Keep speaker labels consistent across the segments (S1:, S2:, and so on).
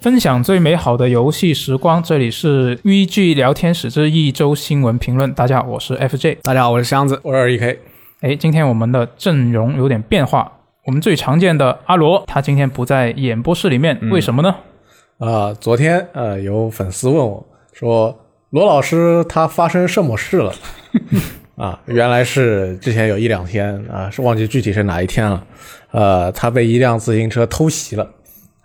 S1: 分享最美好的游戏时光，这里是 VG 聊天室之一周新闻评论。大家好，我是 FJ。
S2: 大家好，我是箱子。
S3: 我是 E K，
S1: 哎，今天我们的阵容有点变化，我们最常见的阿罗，他今天不在演播室里面，为什么呢？
S3: 啊、昨天呃有粉丝问我说，罗老师他发生什么 事了？啊，原来是之前有一两天啊，是忘记具体是哪一天了，呃，他被一辆自行车偷袭了。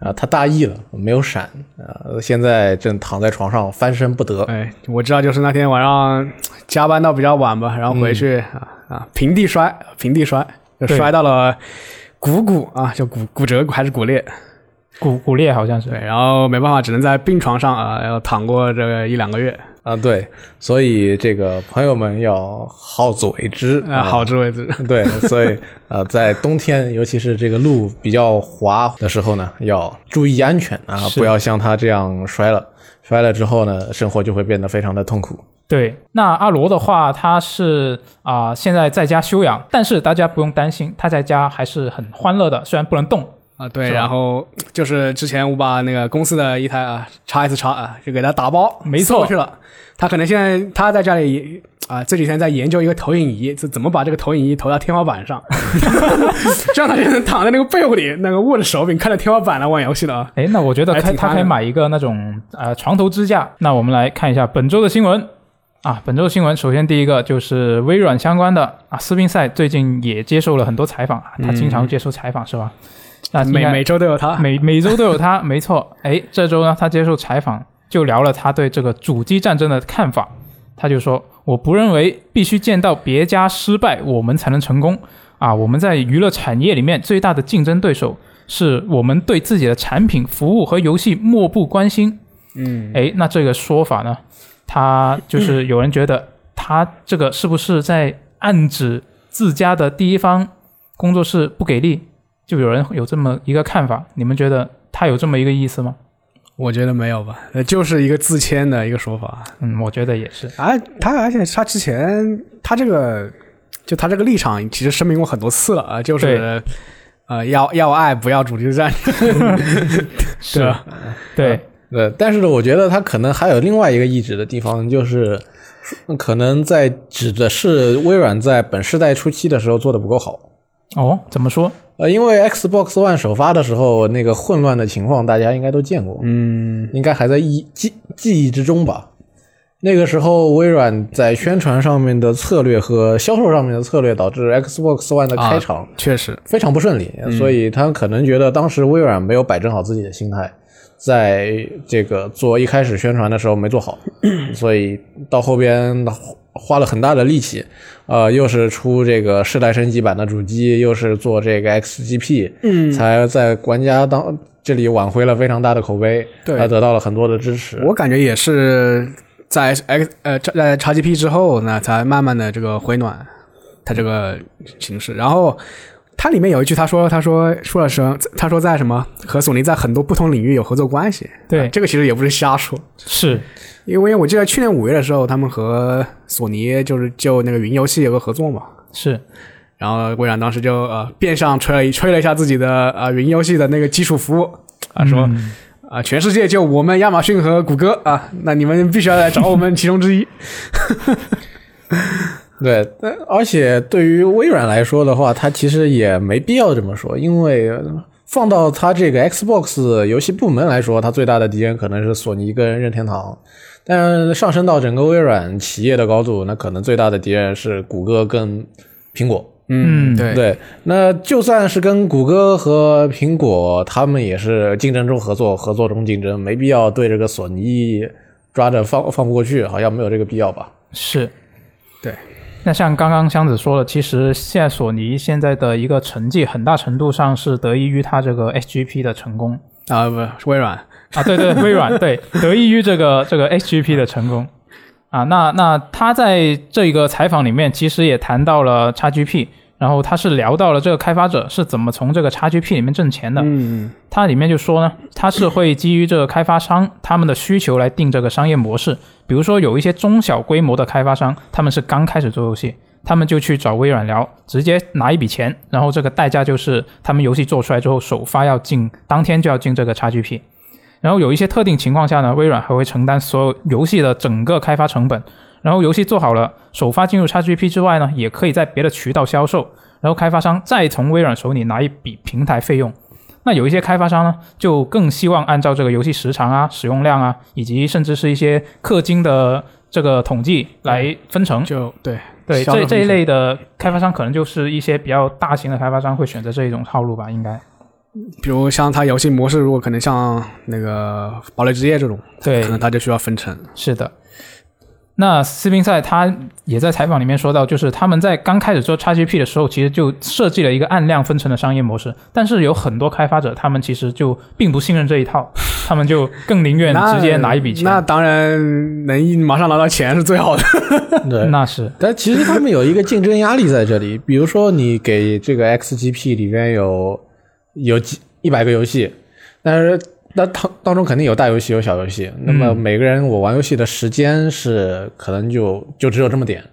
S3: 啊，他大意了，没有闪，啊，现在正躺在床上翻身不得。
S2: 哎，我知道，就是那天晚上加班到比较晚吧，然后回去、啊啊，平地摔，平地摔，就
S1: 对
S2: 摔到了股骨啊，就骨骨折还是骨裂。
S1: 骨骨裂好像是
S2: 对，，然后没办法，只能在病床上啊，要躺过这个一两个月
S3: 啊，对，所以这个朋友们要好自为之
S2: 啊，好自为之。
S3: 对，所以呃，在冬天，尤其是这个路比较滑的时候呢，要注意安全啊，
S1: 是
S3: 不要像他这样摔了。摔了之后呢，生活就会变得非常的痛苦。
S1: 对，那阿罗的话，他是啊、现在在家休养，但是大家不用担心，他在家还是很欢乐的，虽然不能动。
S2: 啊，对，然后就是之前我把那个公司的一台啊叉 S 叉啊，就给它打包
S1: 没错
S2: 送过去了。他可能现在他在家里也啊，这几天在研究一个投影仪，这怎么把这个投影仪投到天花板上， 这样他就能躺在那个被窝里，那个握着手柄看着天花板来玩游戏了啊。
S1: 哎，那我觉得
S2: 还
S1: 可
S2: 挺
S1: 他
S2: 欢
S1: 可以
S2: 乐
S1: 买一个那种呃床头支架。那我们来看一下本周的新闻啊，本周的新闻首先第一个就是微软相关的啊，斯宾塞最近也接受了很多采访啊，他经
S2: 嗯
S1: 常接受采访、是吧？那应
S2: 每
S1: 该
S2: 每周都有他，
S1: 啊每每周都有他，没错。 哎，这周呢，他接受采访就聊了他对这个主机战争的看法。他就说：“我不认为必须见到别家失败，我们才能成功啊！我们在娱乐产业里面最大的竞争对手是我们对自己的产品、服务和游戏漠不关心。”嗯，哎，那这个说法呢，他就是有人觉得他这个是不是在暗指自家的第一方工作室不给力？就有人有这么一个看法，你们觉得他有这么一个意思吗？
S2: 我觉得没有吧，呃就是一个自谦的一个说法。
S1: 嗯，我觉得也是。
S2: 啊，他而且他之前他这个就他这个立场，其实声明过很多次了啊，就是呃要要爱不要主机战，对吧？
S1: 对，
S2: 嗯
S3: 对，但是呢，我觉得他可能还有另外一个意指的地方，就是嗯可能在指的是微软在本世代初期的时候做的不够好。
S1: 哦，怎么说？
S3: 呃，因为 Xbox One 首发的时候那个混乱的情况，大家应该都见过。
S2: 嗯，
S3: 应该还在忆记记忆之中吧。那个时候，微软在宣传上面的策略和销售上面的策略，导致 Xbox One 的开场
S2: 确实，
S3: 非常不顺利，
S2: 嗯
S3: 所以他可能觉得当时微软没有摆正好自己的心态，在这个做一开始宣传的时候没做 好，所以到后边花了很大的力气，呃，又是出这个世代升级版的主机，又是做这个 XGP，嗯，才在玩家当这里挽回了非常大的口碑，
S2: 对
S3: 他得到了很多的支持。
S2: 我感觉也是在 X 呃叉在 XGP 之后呢，才慢慢的这个回暖它这个形式。然后它里面有一句，他说他说说了声，他说在什么和索尼在很多不同领域有合作关系。
S1: 对
S2: 啊这个其实也不是瞎说，
S1: 是
S2: 因为我记得去年五月的时候，他们和索尼就是就那个云游戏有个合作嘛。
S1: 是，
S2: 然后微软当时就呃变相吹了一吹了一下自己的呃云游戏的那个基础服务啊，说
S1: 嗯
S2: 啊、全世界就我们亚马逊和谷歌啊，那你们必须要来找我们其中之一。
S3: 对，但而且对于微软来说的话，它其实也没必要这么说，因为呃放到它这个 Xbox 游戏部门来说，它最大的敌人可能是索尼跟任天堂，但上升到整个微软企业的高度，那可能最大的敌人是谷歌跟苹果。
S1: 嗯
S2: 对
S3: 对，那就算是跟谷歌和苹果，他们也是竞争中合作，合作中竞争，没必要对这个索尼抓着放放不过去，好像没有这个必要吧。
S1: 是，
S2: 对。
S1: 那像刚刚箱子说了，其实现在索尼现在的一个成绩，很大程度上是得益于它这个 SGP 的成功
S2: 啊，不是微软，
S1: 啊，对对，微软对，得益于这个这个 SGP 的成功啊。那那他在这个采访里面，其实也谈到了 XGP，然后他是聊到了这个开发者是怎么从这个 XGP 里面挣钱的。
S2: 嗯，
S1: 它里面就说呢，它是会基于这个开发商他们的需求来定这个商业模式。比如说有一些中小规模的开发商，他们是刚开始做游戏，他们就去找微软聊，直接拿一笔钱，然后这个代价就是他们游戏做出来之后首发要进，当天就要进这个 XGP。然后有一些特定情况下呢，微软还会承担所有游戏的整个开发成本。然后游戏做好了，首发进入 XGP 之外呢，也可以在别的渠道销售，然后开发商再从微软手里拿一笔平台费用。那有一些开发商呢，就更希望按照这个游戏时长啊、使用量啊，以及甚至是一些氪金的这个统计来分成。
S2: 就对
S1: 对，
S2: 销
S1: 这
S2: 量
S1: 这一
S2: 很准
S1: 类的开发商可能就是一些比较大型的开发商会选择这一种套路吧，应该。
S2: 比如像它游戏模式，如果可能像那个《堡垒之夜》这种，
S1: 对
S2: 可，能它就需要分成。
S1: 是的。那斯宾塞他也在采访里面说到，就是他们在刚开始做 XGP 的时候，其实就设计了一个按量分成的商业模式，但是有很多开发者他们其实就并不信任这一套，他们就更宁愿
S2: 那
S1: 直接拿一笔钱。
S2: 那当然能一马上拿到钱是最好的。
S3: 对，
S1: 那是
S3: 但其实他们有一个竞争压力在这里， 比如说你给这个 XGP 里边有有几一百个游戏，但是那当当中肯定有大游戏有小游戏，那么每个人我玩游戏的时间是可能就就只有这么点。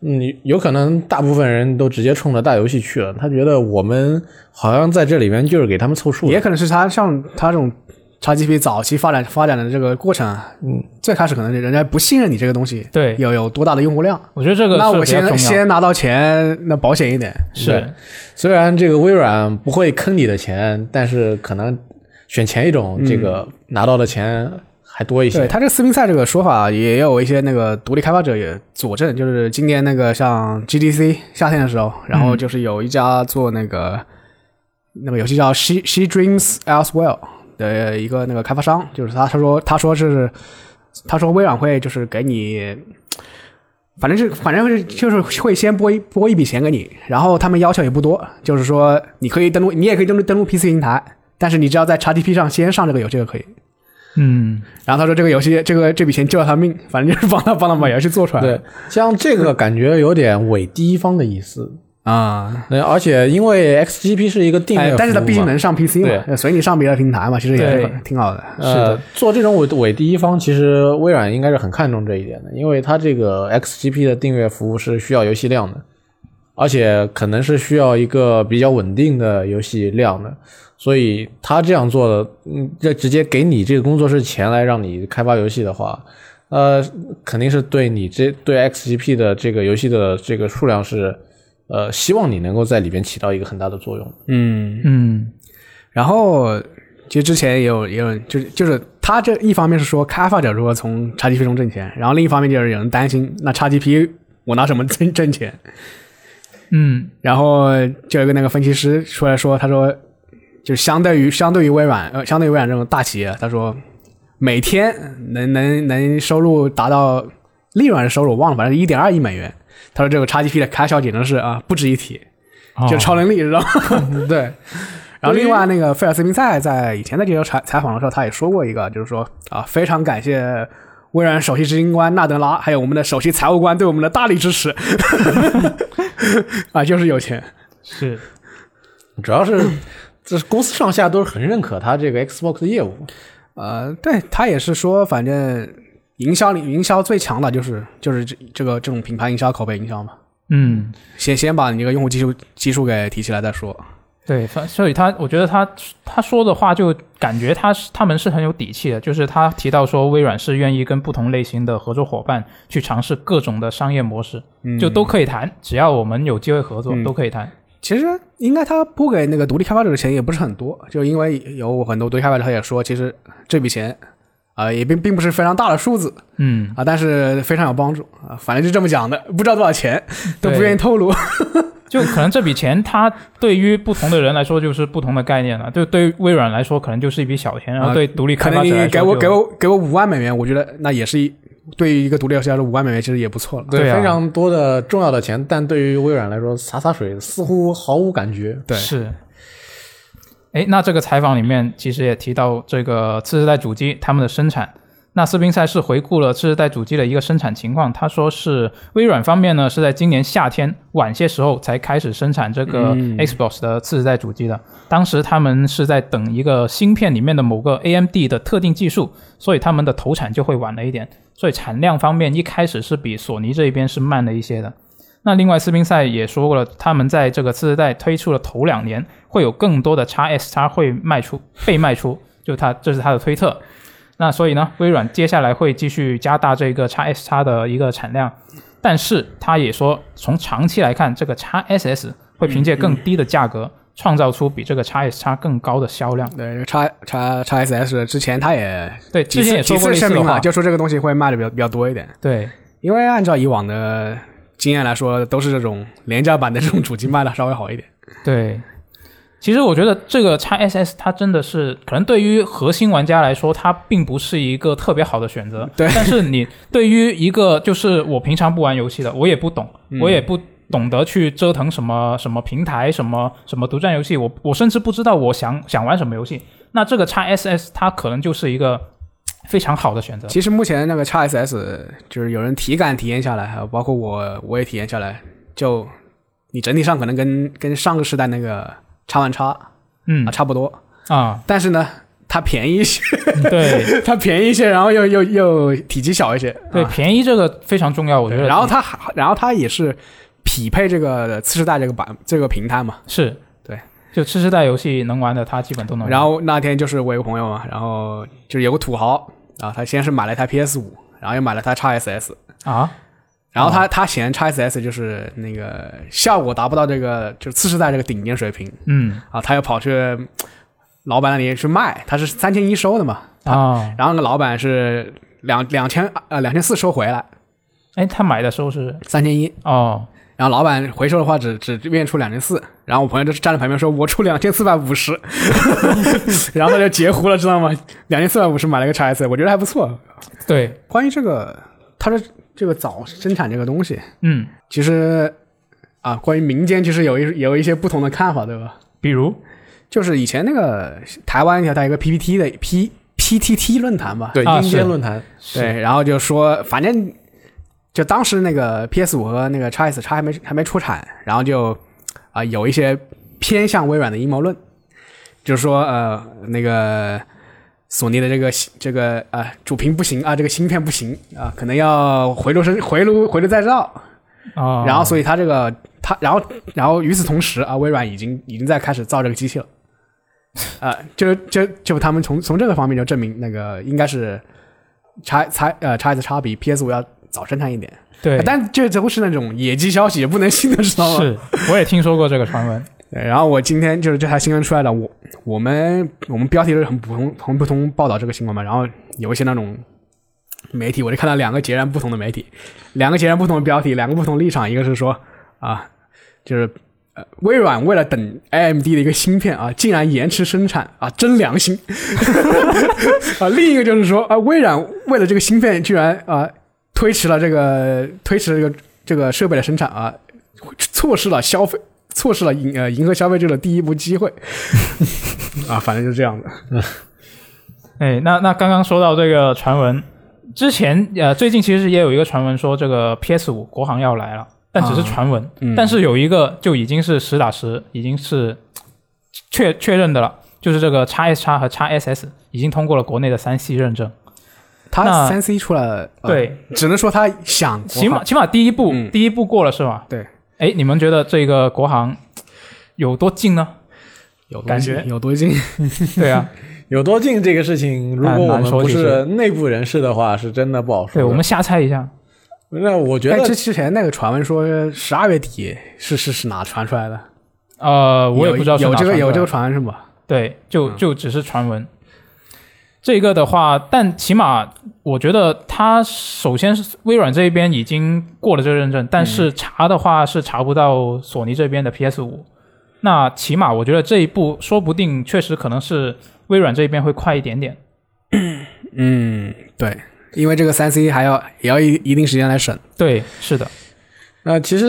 S3: 你有可能大部分人都直接冲着大游戏去了，他觉得我们好像在这里边就是给他们凑
S1: 嗯
S3: 数的，
S2: 也可能是它像它这种 XGP 早期发展发展的这个过程啊，嗯，最开始可能人家不信任你这个东西
S1: 对，
S2: 有有多大的用户量，
S1: 我觉得这个
S2: 那
S1: 是
S2: 我
S1: 比较重要
S2: 先先拿到钱，那保险一点。
S1: 是
S3: 虽然这个微软不会坑你的钱，但是可能选前一种，这个拿到的钱还多一些。
S2: 嗯对他这个斯宾塞这个说法，也有一些那个独立开发者也佐证，就是今年那个像 GDC 夏天的时候，然
S3: 嗯
S2: 后就是有一家做那个、那个游戏叫 She She Dreams Elsewhere 的一个那个开发商，就是他他说他说是他说微软会就是给你。反正是，反正是就是会先拨一拨一笔钱给你，然后他们要求也不多，就是说你可以登录，你也可以登录登录 PC 平台，但是你只要在 XGP 上先上这个游戏就可以。
S1: 嗯，
S2: 然后他说这个游戏这个这笔钱救了他命，反正就是帮他帮他把游戏做出来。
S3: 对，像这个感觉有点伪第一方的意思。
S2: 啊，
S3: 那而且因为 XGP 是一个订阅
S2: 哎
S3: 服务嘛，，
S2: 但是他毕竟能上 PC
S3: 对
S2: 嘛，随你上别的平台嘛，其实也
S1: 对
S2: 是挺好的。
S3: 呃，做这种伪伪第一方，其实微软应该是很看重这一点的，因为它这个 XGP 的订阅服务是需要游戏量的，而且可能是需要一个比较稳定的游戏量的，所以它这样做的，嗯，这直接给你这个工作室钱来让你开发游戏的话，呃，肯定是对你这对 XGP 的这个游戏的这个数量是，呃，希望你能够在里边起到一个很大的作用。
S2: 嗯，
S1: 嗯，
S2: 然后其实之前也有也有，就是就是他这一方面是说开发者如何从 XGP 中挣钱，然后另一方面就是有人担心那 XGP 我拿什么挣挣钱？
S1: 嗯，
S2: 然后就有一个那个分析师出来说，他说，就相对于相对于微软，呃，相对于微软这种大企业，他说每天能能能收入达到利润还是收入，我忘了，反正一点二亿美元。他说这个 XGP 的开销简直是啊不值一提，
S1: 哦
S2: 就超能力，知道吗？ 对。然后另外那个菲尔斯宾塞在以前在接受采采访的时候，他也说过一个，就是说啊，非常感谢微软首席执行官纳德拉，还有我们的首席财务官对我们的大力支持。 啊，就是有钱。
S1: 是
S3: 主要是，这是公司上下都是很认可它这个 Xbox 的业务。
S2: 呃，对他也是说，反正营销里营销最强的就是就是这这个这种品牌营销、口碑营销嘛。
S1: 嗯。
S2: 先先把你这个用户基数基数给提起来再说。
S1: 对，反所以他，我觉得他他说的话就感觉他是他们是很有底气的，就是他提到说微软是愿意跟不同类型的合作伙伴去尝试各种的商业模式，就都可以谈，只要我们有机会合作、
S2: 嗯
S1: 都可以谈。
S2: 其实应该他拨给那个独立开发者的钱也不是很多，就因为有很多独立开发者他也说，其实这笔钱啊、也并并不是非常大的数字
S1: 嗯，
S2: 啊，但是非常有帮助啊。反正就这么讲的，不知道多少钱都不愿意透露。
S1: 就可能这笔钱，它对于不同的人来说就是不同的概念了。就对于微软来说，可能就是一笔小钱，然后
S2: 啊
S1: 对独立
S2: 可
S1: 开
S2: 能
S1: 发
S2: 你
S1: 者来说
S2: 给我
S1: 就
S2: 给我给我五万美元，我觉得那也是一对于一个独立游戏来说，五万美元其实也不错了。
S1: 对啊
S3: 非常多的重要的钱，但对于微软来说，洒洒水似乎毫无感觉。
S2: 对
S1: 是。哎，那这个采访里面其实也提到这个次世代主机他们的生产。那斯宾塞是回顾了次世代主机的一个生产情况，他说是微软方面呢是在今年夏天晚些时候才开始生产这个 Xbox 的次世代主机的。当时他们是在等一个芯片里面的某个 AMD 的特定技术，所以他们的投产就会晚了一点，所以产量方面一开始是比索尼这一边是慢了一些的。那另外，斯宾塞也说过了，他们在这个次世代推出的头两年，会有更多的 x S 叉会卖出被卖出，就他这是他的推测。那所以呢，微软接下来会继续加大这个 x S 叉的一个产量，但是他也说，从长期来看，这个 x SS 会凭借更低的价格，创造出比这个 x S 叉更高的销量。
S2: 对，这个叉叉叉 SS 之前他也
S1: 对，
S2: 几
S1: 之前
S2: 次
S1: 也
S2: 几
S1: 说过
S2: 次
S1: 类似
S2: 声
S1: 的
S2: 明
S1: 话
S2: 了，，就说这个东西会卖的比较比较多一点，
S1: 对，
S2: 因为按照以往的经验来说，都是这种廉价版的这种主机卖的稍微好一点。
S1: 对，其实我觉得这个 x SS 它真的是，可能对于核心玩家来说，它并不是一个特别好的选择。
S2: 嗯对
S1: 但是你对于一个就是我平常不玩游戏的，我也不懂，
S2: 嗯
S1: 我也不懂得去折腾什么什么平台，什么什么独占游戏，我我甚至不知道我想想玩什么游戏。那这个 x SS 它可能就是一个非常好的选择。
S2: 其实目前那个 x SS 就是有人体感体验下来，还有包括我我也体验下来，就你整体上可能跟跟上个时代那个叉万叉啊
S1: 嗯
S2: 差不多，
S1: 啊，
S2: 但是呢，它便宜一些，
S1: 对
S2: 它便宜一些，然后又又又体积小一些，
S1: 对，
S2: 啊
S1: 便宜这个非常重要，我觉
S2: 对
S1: 得。
S2: 然后它还然后它也是匹配这个次世代这个版这个平台嘛。
S1: 是
S2: 对。
S1: 就次世代游戏能玩的，它基本都能玩。
S2: 然后那天就是我有个朋友嘛，然后就是有个土豪啊，他先是买了一台 PS 五，然后又买了台 x SS，
S1: 啊，
S2: 然后他、他嫌 x SS 就是那个效果达不到这个就是次世代这个顶尖水平
S1: 嗯
S2: 啊，他又跑去嗯老板那里去卖，他是三千一收的嘛，
S1: 啊，
S2: 然后那个老板是两两千呃两千四收回来
S1: 哎，他买的时候是
S2: 三千一，
S1: 哦，
S2: 然后老板回收的话只只愿意出两千四，然后我朋友就站在旁边说：“我出两千四百五十。” 然后他就截胡了，知道吗？两千四百五十买了个 x S，我觉得还不错。
S1: 对，
S2: 关于这个，他说这个早生产这个东西，
S1: 嗯，
S2: 其实啊，关于民间其实有一有一些不同的看法，对吧？
S1: 比如
S2: 就是以前那个台湾有它一个 PPT 的 P PTT 论坛吧，
S3: 对，
S1: 啊
S3: 阴
S1: 是
S3: 间论坛，
S1: 是
S2: 对，然后就说反正就当时那个 PS 五和那个 x S 叉还没还没出产，然后就啊、有一些偏向微软的阴谋论，就是说呃那个索尼的这个这个啊、主屏不行啊，这个芯片不行啊、可能要回炉生回炉回炉再造，
S1: 啊，
S2: 然后所
S1: 以
S2: 以它这个它然后然后与此同时啊，微软已经已经在开始造这个 机器了。啊、就就就他们从从这个方面就证明那个应该是叉叉呃叉 S 叉比 PS 五要早生产一点，
S1: 对，
S2: 但这都是那种野鸡消息，也不能信的，知道吗？
S1: 是，我也听说过这个传闻，
S2: 对。然后我今天就是这台新闻出来了，我我们我们标题都是很普通很普通报道这个新闻嘛，然后有一些那种媒体，我就看到两个截然不同的媒体，两个截然不同的标题，两个不同立场，一个是说啊，就是。呃微软为了等 AMD 的一个芯片啊，竟然延迟生产啊，真良心！ 啊，另一个就是说啊，微软为了这个芯片，居然啊推迟了这个推迟了这个这个设备的生产啊，错失了消费，错失了迎呃迎合消费者的第一步机会。 啊，反正就这样的。
S1: 哎，那那刚刚说到这个传闻，之前呃，最近其实也有一个传闻说这个 PS 五国行要来了，但只是传闻，但是有一个就已经是实打实，已经是确确认的了，就是这个 x S 叉和 x SS 已经通过了国内的三 C 认证，
S2: 他
S1: 那
S2: 三 C 出来了，呃
S1: 对，
S2: 只能说他想过
S1: 起码起码第一步、
S2: 嗯
S1: 第一步过了是吧？
S2: 对。
S1: 哎，你们觉得这个国行有多近 呢？
S2: 有多
S1: 感
S2: 近
S1: 觉
S2: 有多近，
S1: 对啊，
S3: 有多近这个事情，如
S1: 哎
S3: 果我
S1: 难
S3: 们
S1: 说
S3: 不
S1: 其
S3: 是
S1: 实
S3: 内部人士的话，是真的不好说
S1: 对，
S3: 的。
S1: 我们瞎猜一下。
S3: 那我觉
S2: 但
S3: 得
S2: 哎之之前那个传闻说十二月底是是是哪传出来的？
S1: 呃，我也不知道是
S2: 有有
S1: 哪
S2: 这个
S1: 传出
S2: 有
S1: 来
S2: 这个
S1: 的，
S2: 传闻是吧？
S1: 对，就
S2: 嗯
S1: 就只是传闻。这个的话，但起码我觉得它首先是微软这一边已经过了这个认证，但是查的话是查不到索尼这边的 PS 五。那起码我觉得这一步说不定确实可能是微软这边会快一点点。
S2: 嗯，对，因为这个三 C 还要也要一一定时间来审。
S1: 对，是的，
S3: 那其实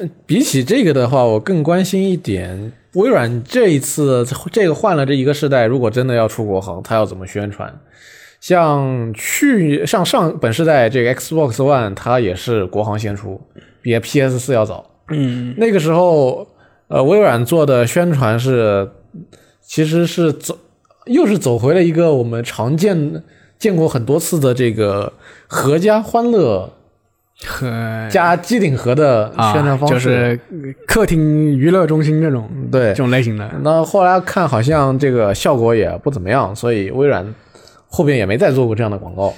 S3: 呃比起这个的话，我更关心一点，微软这一次这个换了这一个世代，如果真的要出国行，它要怎么宣传？像去像上本世代这个 Xbox One，它也是国行先出，比 PS 四要早。嗯，那个时候，呃，微软做的宣传是，其实是走，又是走回了一个我们常见见过很多次的这个合家欢乐
S2: 很
S3: 加机顶盒的
S2: 呃哎啊，
S3: 宣传方式，
S2: 就是客厅娱乐中心这种
S3: 对
S2: 这。种类型的。
S3: 那后来看好像这个效果也不怎么样，所以微软后边也没再做过这样的广告。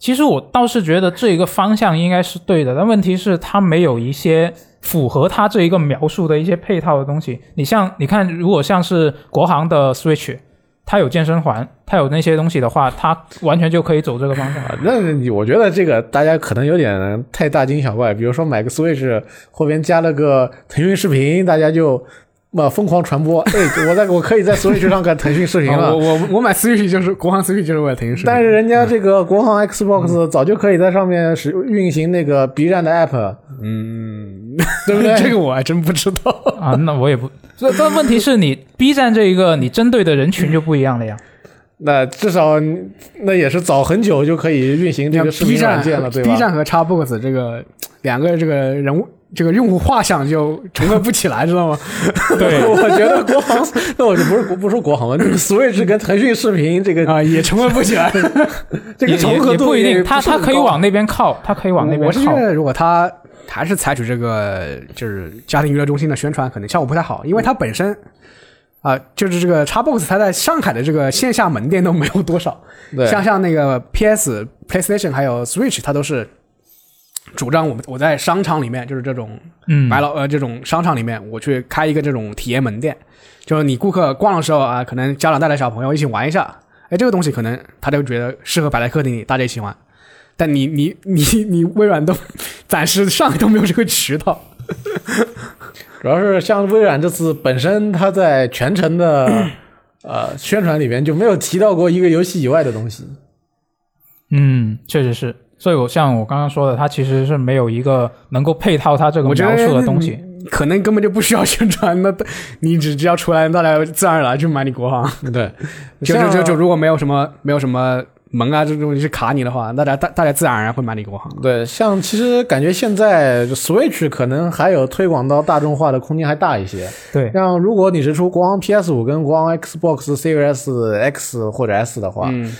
S1: 其实我倒是觉得这一个方向应该是对的，但问题是它没有一些符合它这一个描述的一些配套的东西。你像，你看，如果像是国行的 Switch，它有健身环，它有那些东西的话，它完全就可以走这个方向。
S3: 啊，那你我觉得这个大家可能有点太大惊小怪，比如说买个 Switch 后边加了个腾讯视频，大家就呃疯狂传播，哎，我在我可以在 Switch 上看腾讯视频
S2: 啊
S3: 了
S2: 我。我我买 Switch 就是国行 Switch 就是为了腾讯视频，
S3: 但是人家这个国
S2: 嗯
S3: 行 Xbox 早就可以在上面使运行那个 B 站的 app，
S2: 嗯，
S3: 对不对
S2: 这个我还真不知道。
S1: 啊，那我也不， 所以但问题是你 B 站这一个你针对的人群就不一样 了呀。
S3: 那至少你那也是早很久就可以运行这个视
S2: B
S3: 频软
S2: 站
S3: 件了，对吧
S2: b 站和 Xbox 这个两个这个人物这个用户画像就重合不起来，知 道吗？
S1: 对
S3: 我觉得国行， 那我就不是不说国行了，这 个 Switch 跟腾讯视频这个
S2: 啊，也重合不起来。
S3: 这
S1: 也
S3: 个重
S1: 也
S3: 合
S1: 也
S3: 度
S1: 不一定，它
S3: 是很
S1: 它可以
S3: 高
S1: 往那边靠，它可以往那边
S2: 啊我是觉
S1: 靠。
S2: 得，如果他还是采取这个就是家庭娱乐中心的宣传，可能效果不太好，因为它本身啊、就是这个 Xbox 它在上海的这个线下门店都没有多少，
S3: 对
S2: 像像那个 PS、PlayStation 还有 Switch，它都是主张我们我在商场里面，就是这种
S1: 嗯，
S2: 百老呃这种商场里面，我去开一个这种体验门店，就是你顾客逛的时候啊，可能家长带着小朋友一起玩一下，哎，这个东西可能他就觉得适合摆在客厅里，大家一起玩。但你你你你微软都暂时上海都没有这个渠道，
S3: 主要是像微软这次本身，它在全程的 呃宣传里面就没有提到过一个游戏以外的东西。
S1: 嗯，确实是。所以我像我刚刚说的，它其实是没有一个能够配套它这个
S2: 我觉
S1: 描
S2: 得
S1: 述的东西。
S2: 可能根本就不需要宣传，那你只只要出来，大家自然而然就买你国行。
S3: 对，
S2: 就就
S3: 像
S2: 就就如果没有什么没有什么门啊这种东西去卡你的话，大家大大家自然而然会买你国行。
S3: 对，像其实感觉现在 Switch 可能还有推广到大众化的空间还大一些。
S1: 对，
S3: 像如果你是出国行 PS 五跟国行 Xbox Series X 或者 S 的话，
S2: 嗯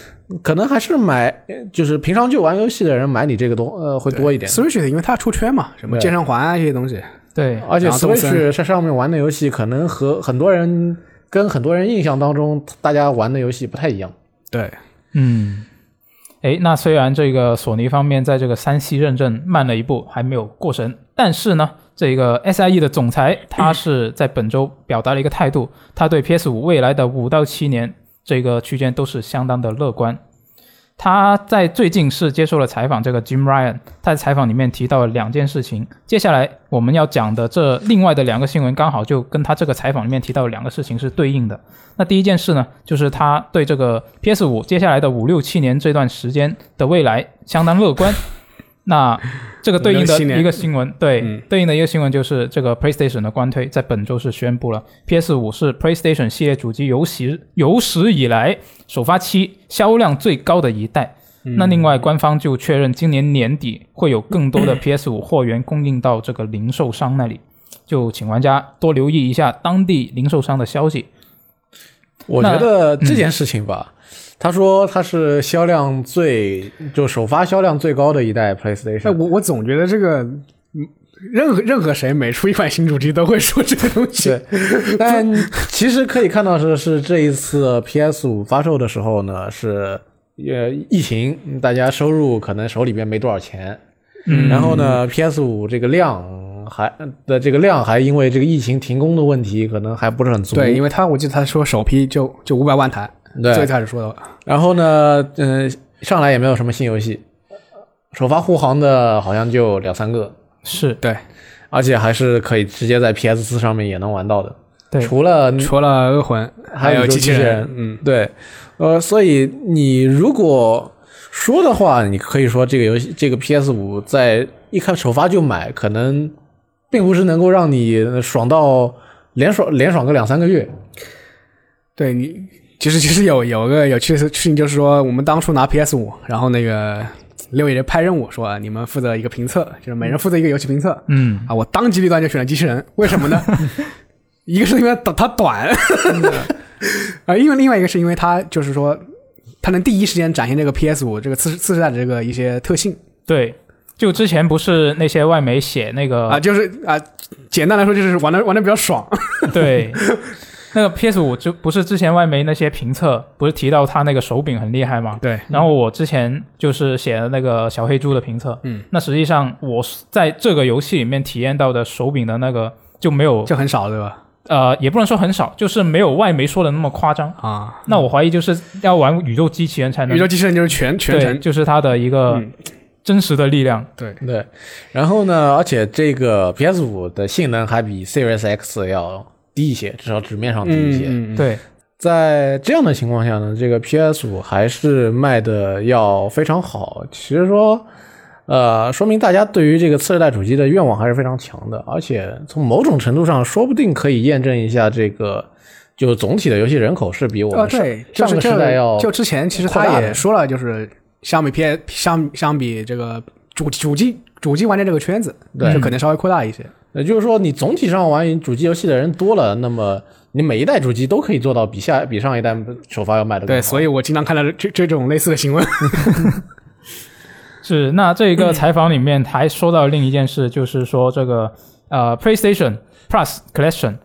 S3: 可能还是买就是平常就玩游戏的人买你这个东呃会多一点。
S2: Switch 因为它出圈嘛，什么
S3: 对
S2: 健身环啊这些东西，
S1: 对，
S3: 而且
S2: 然后动森
S3: Switch 在上面玩的游戏，可能和很多人跟很多人印象当中大家玩的游戏不太一样。
S2: 对，
S1: 嗯，哎，那虽然这个索尼方面在这个山西认证慢了一步，还没有过审，但是呢，这个 SIE 的总裁他是在本周表达了一个态度，他对 PS 五未来的五到七年这个区间都是相当的乐观。他在最近是接受了采访，这个 Jim Ryan 他在采访里面提到了两件事情，接下来我们要讲的这另外的两个新闻，刚好就跟他这个采访里面提到的两个事情是对应的。那第一件事呢，就是他对这个 PS 五接下来的五六七年这段时间的未来相当乐 观。那这个对应
S2: 5-6-7
S1: 的
S2: 年
S1: 一个新闻，对、
S2: 嗯
S1: 对应的一个新闻就是这个 PlayStation 的官推在本周是宣布了，PS 五是 PlayStation 系列主机有史有史以来首发期销量最高的一代。那另外，官方就确认今年年底会有更多 的 PS 五货源供应到这个零售商那里，就请玩家多留意一下当地零售商的消息。
S3: 我
S1: 那
S3: 觉
S2: 嗯
S3: 得这件事情吧，他说他是销量最就首发销量最高的一代
S2: 哎，
S3: PlayStation。
S2: 我我总觉得这个，嗯任何任何谁每出一款新主机都会说这个东西
S3: 对。，但其实可以看到是是这一次 PS 五发售的时候呢，是呃疫情，大家收入可能手里边没多少钱，
S1: 嗯
S3: 然后呢，PS 五这个量还的这个量还因为这个疫情停工的问题，可能还不是很足。
S2: 对，因为他我记得他说首批就就五百万台，
S3: 对
S2: 最开始说的。
S3: 然后呢，嗯、上来也没有什么新游戏，首发护航的好像就两三个，
S1: 是
S2: 对，
S3: 而且还是可以直接在 PS 四上面也能玩到的。
S1: 对，
S3: 除了
S2: 除了恶魂，
S3: 还有
S2: 有
S3: 机
S2: 机
S3: 器
S2: 器
S3: 人
S2: 人，嗯，
S3: 对，呃，所以你如果说的话，你可以说这个游戏这个 PS 五在一开首发就买，可能并不是能够让你爽到连爽连爽个两三个月。
S2: 对你。其实其实有有个有趣的事情，就是说我们当初拿 PS 五，然后那个六爷派任务说啊你们负责一个评测，就是每人负责一个游戏评测，
S1: 嗯，
S2: 啊，我当机立断就选了机器人，为什么 呢？一个是因为它它短，
S3: 嗯
S2: 啊，因为另外一个是因为它就是说，它能第一时间展现这个 PS 五这个次世次世代的这个一些特性，
S1: 对，就之前不是那些外媒写那
S3: 哦
S1: 个
S2: 啊，就是啊，简单来说就是玩的玩的比较爽，
S1: 对，那个 PS 五就不是之前外媒那些评测不是提到它那个手柄很厉害吗？
S2: 对，
S1: 然后我之前就是写了那个小黑猪的评测，
S2: 嗯，
S1: 那实际上我是在这个游戏里面体验到的手柄的那个就没有，
S2: 就很少对吧？
S1: 呃，也不能说很少，就是没有外媒说的那么夸张。
S2: 啊，
S1: 那我怀疑就是要玩宇宙机器人才能
S2: 宇宙机器人就是全全
S1: 对，
S2: 程
S1: 就是它的一个
S2: 嗯
S1: 真实的力量。
S2: 对，
S3: 对，然后呢，而且这个 PS 五的性能还比 Series X 要低一些，至少纸面上低一些。
S2: 嗯，
S1: 对，
S3: 在这样的情况下呢，这个 PS 五还是卖的要非常好。其实说，呃，说明大家对于这个次世代主机的愿望还是非常强的，而且从某种程度上，说不定可以验证一下这个，就总体的游戏人口是比我
S2: 啊
S3: 们上、
S2: 对，就
S3: 上
S2: 是
S3: 个
S2: 这
S3: 时代要
S2: 就之前其实
S3: 扩
S2: 他
S3: 大
S2: 也
S3: 的
S2: 说了，就是相比 PS 相相比这个主主机主机玩家这个圈子，
S3: 对
S2: 就可能稍微扩大一些。
S3: 也呃就是说，你总体上玩主机游戏的人多了，那么你每一代主机都可以做到比下比上一代首发要卖的
S2: 对，所
S3: 以
S2: 以我经常看到这这种类似的新闻。
S1: 是，那这个采访里面还说到另一件事，就是说这个呃 PlayStation Plus Collection，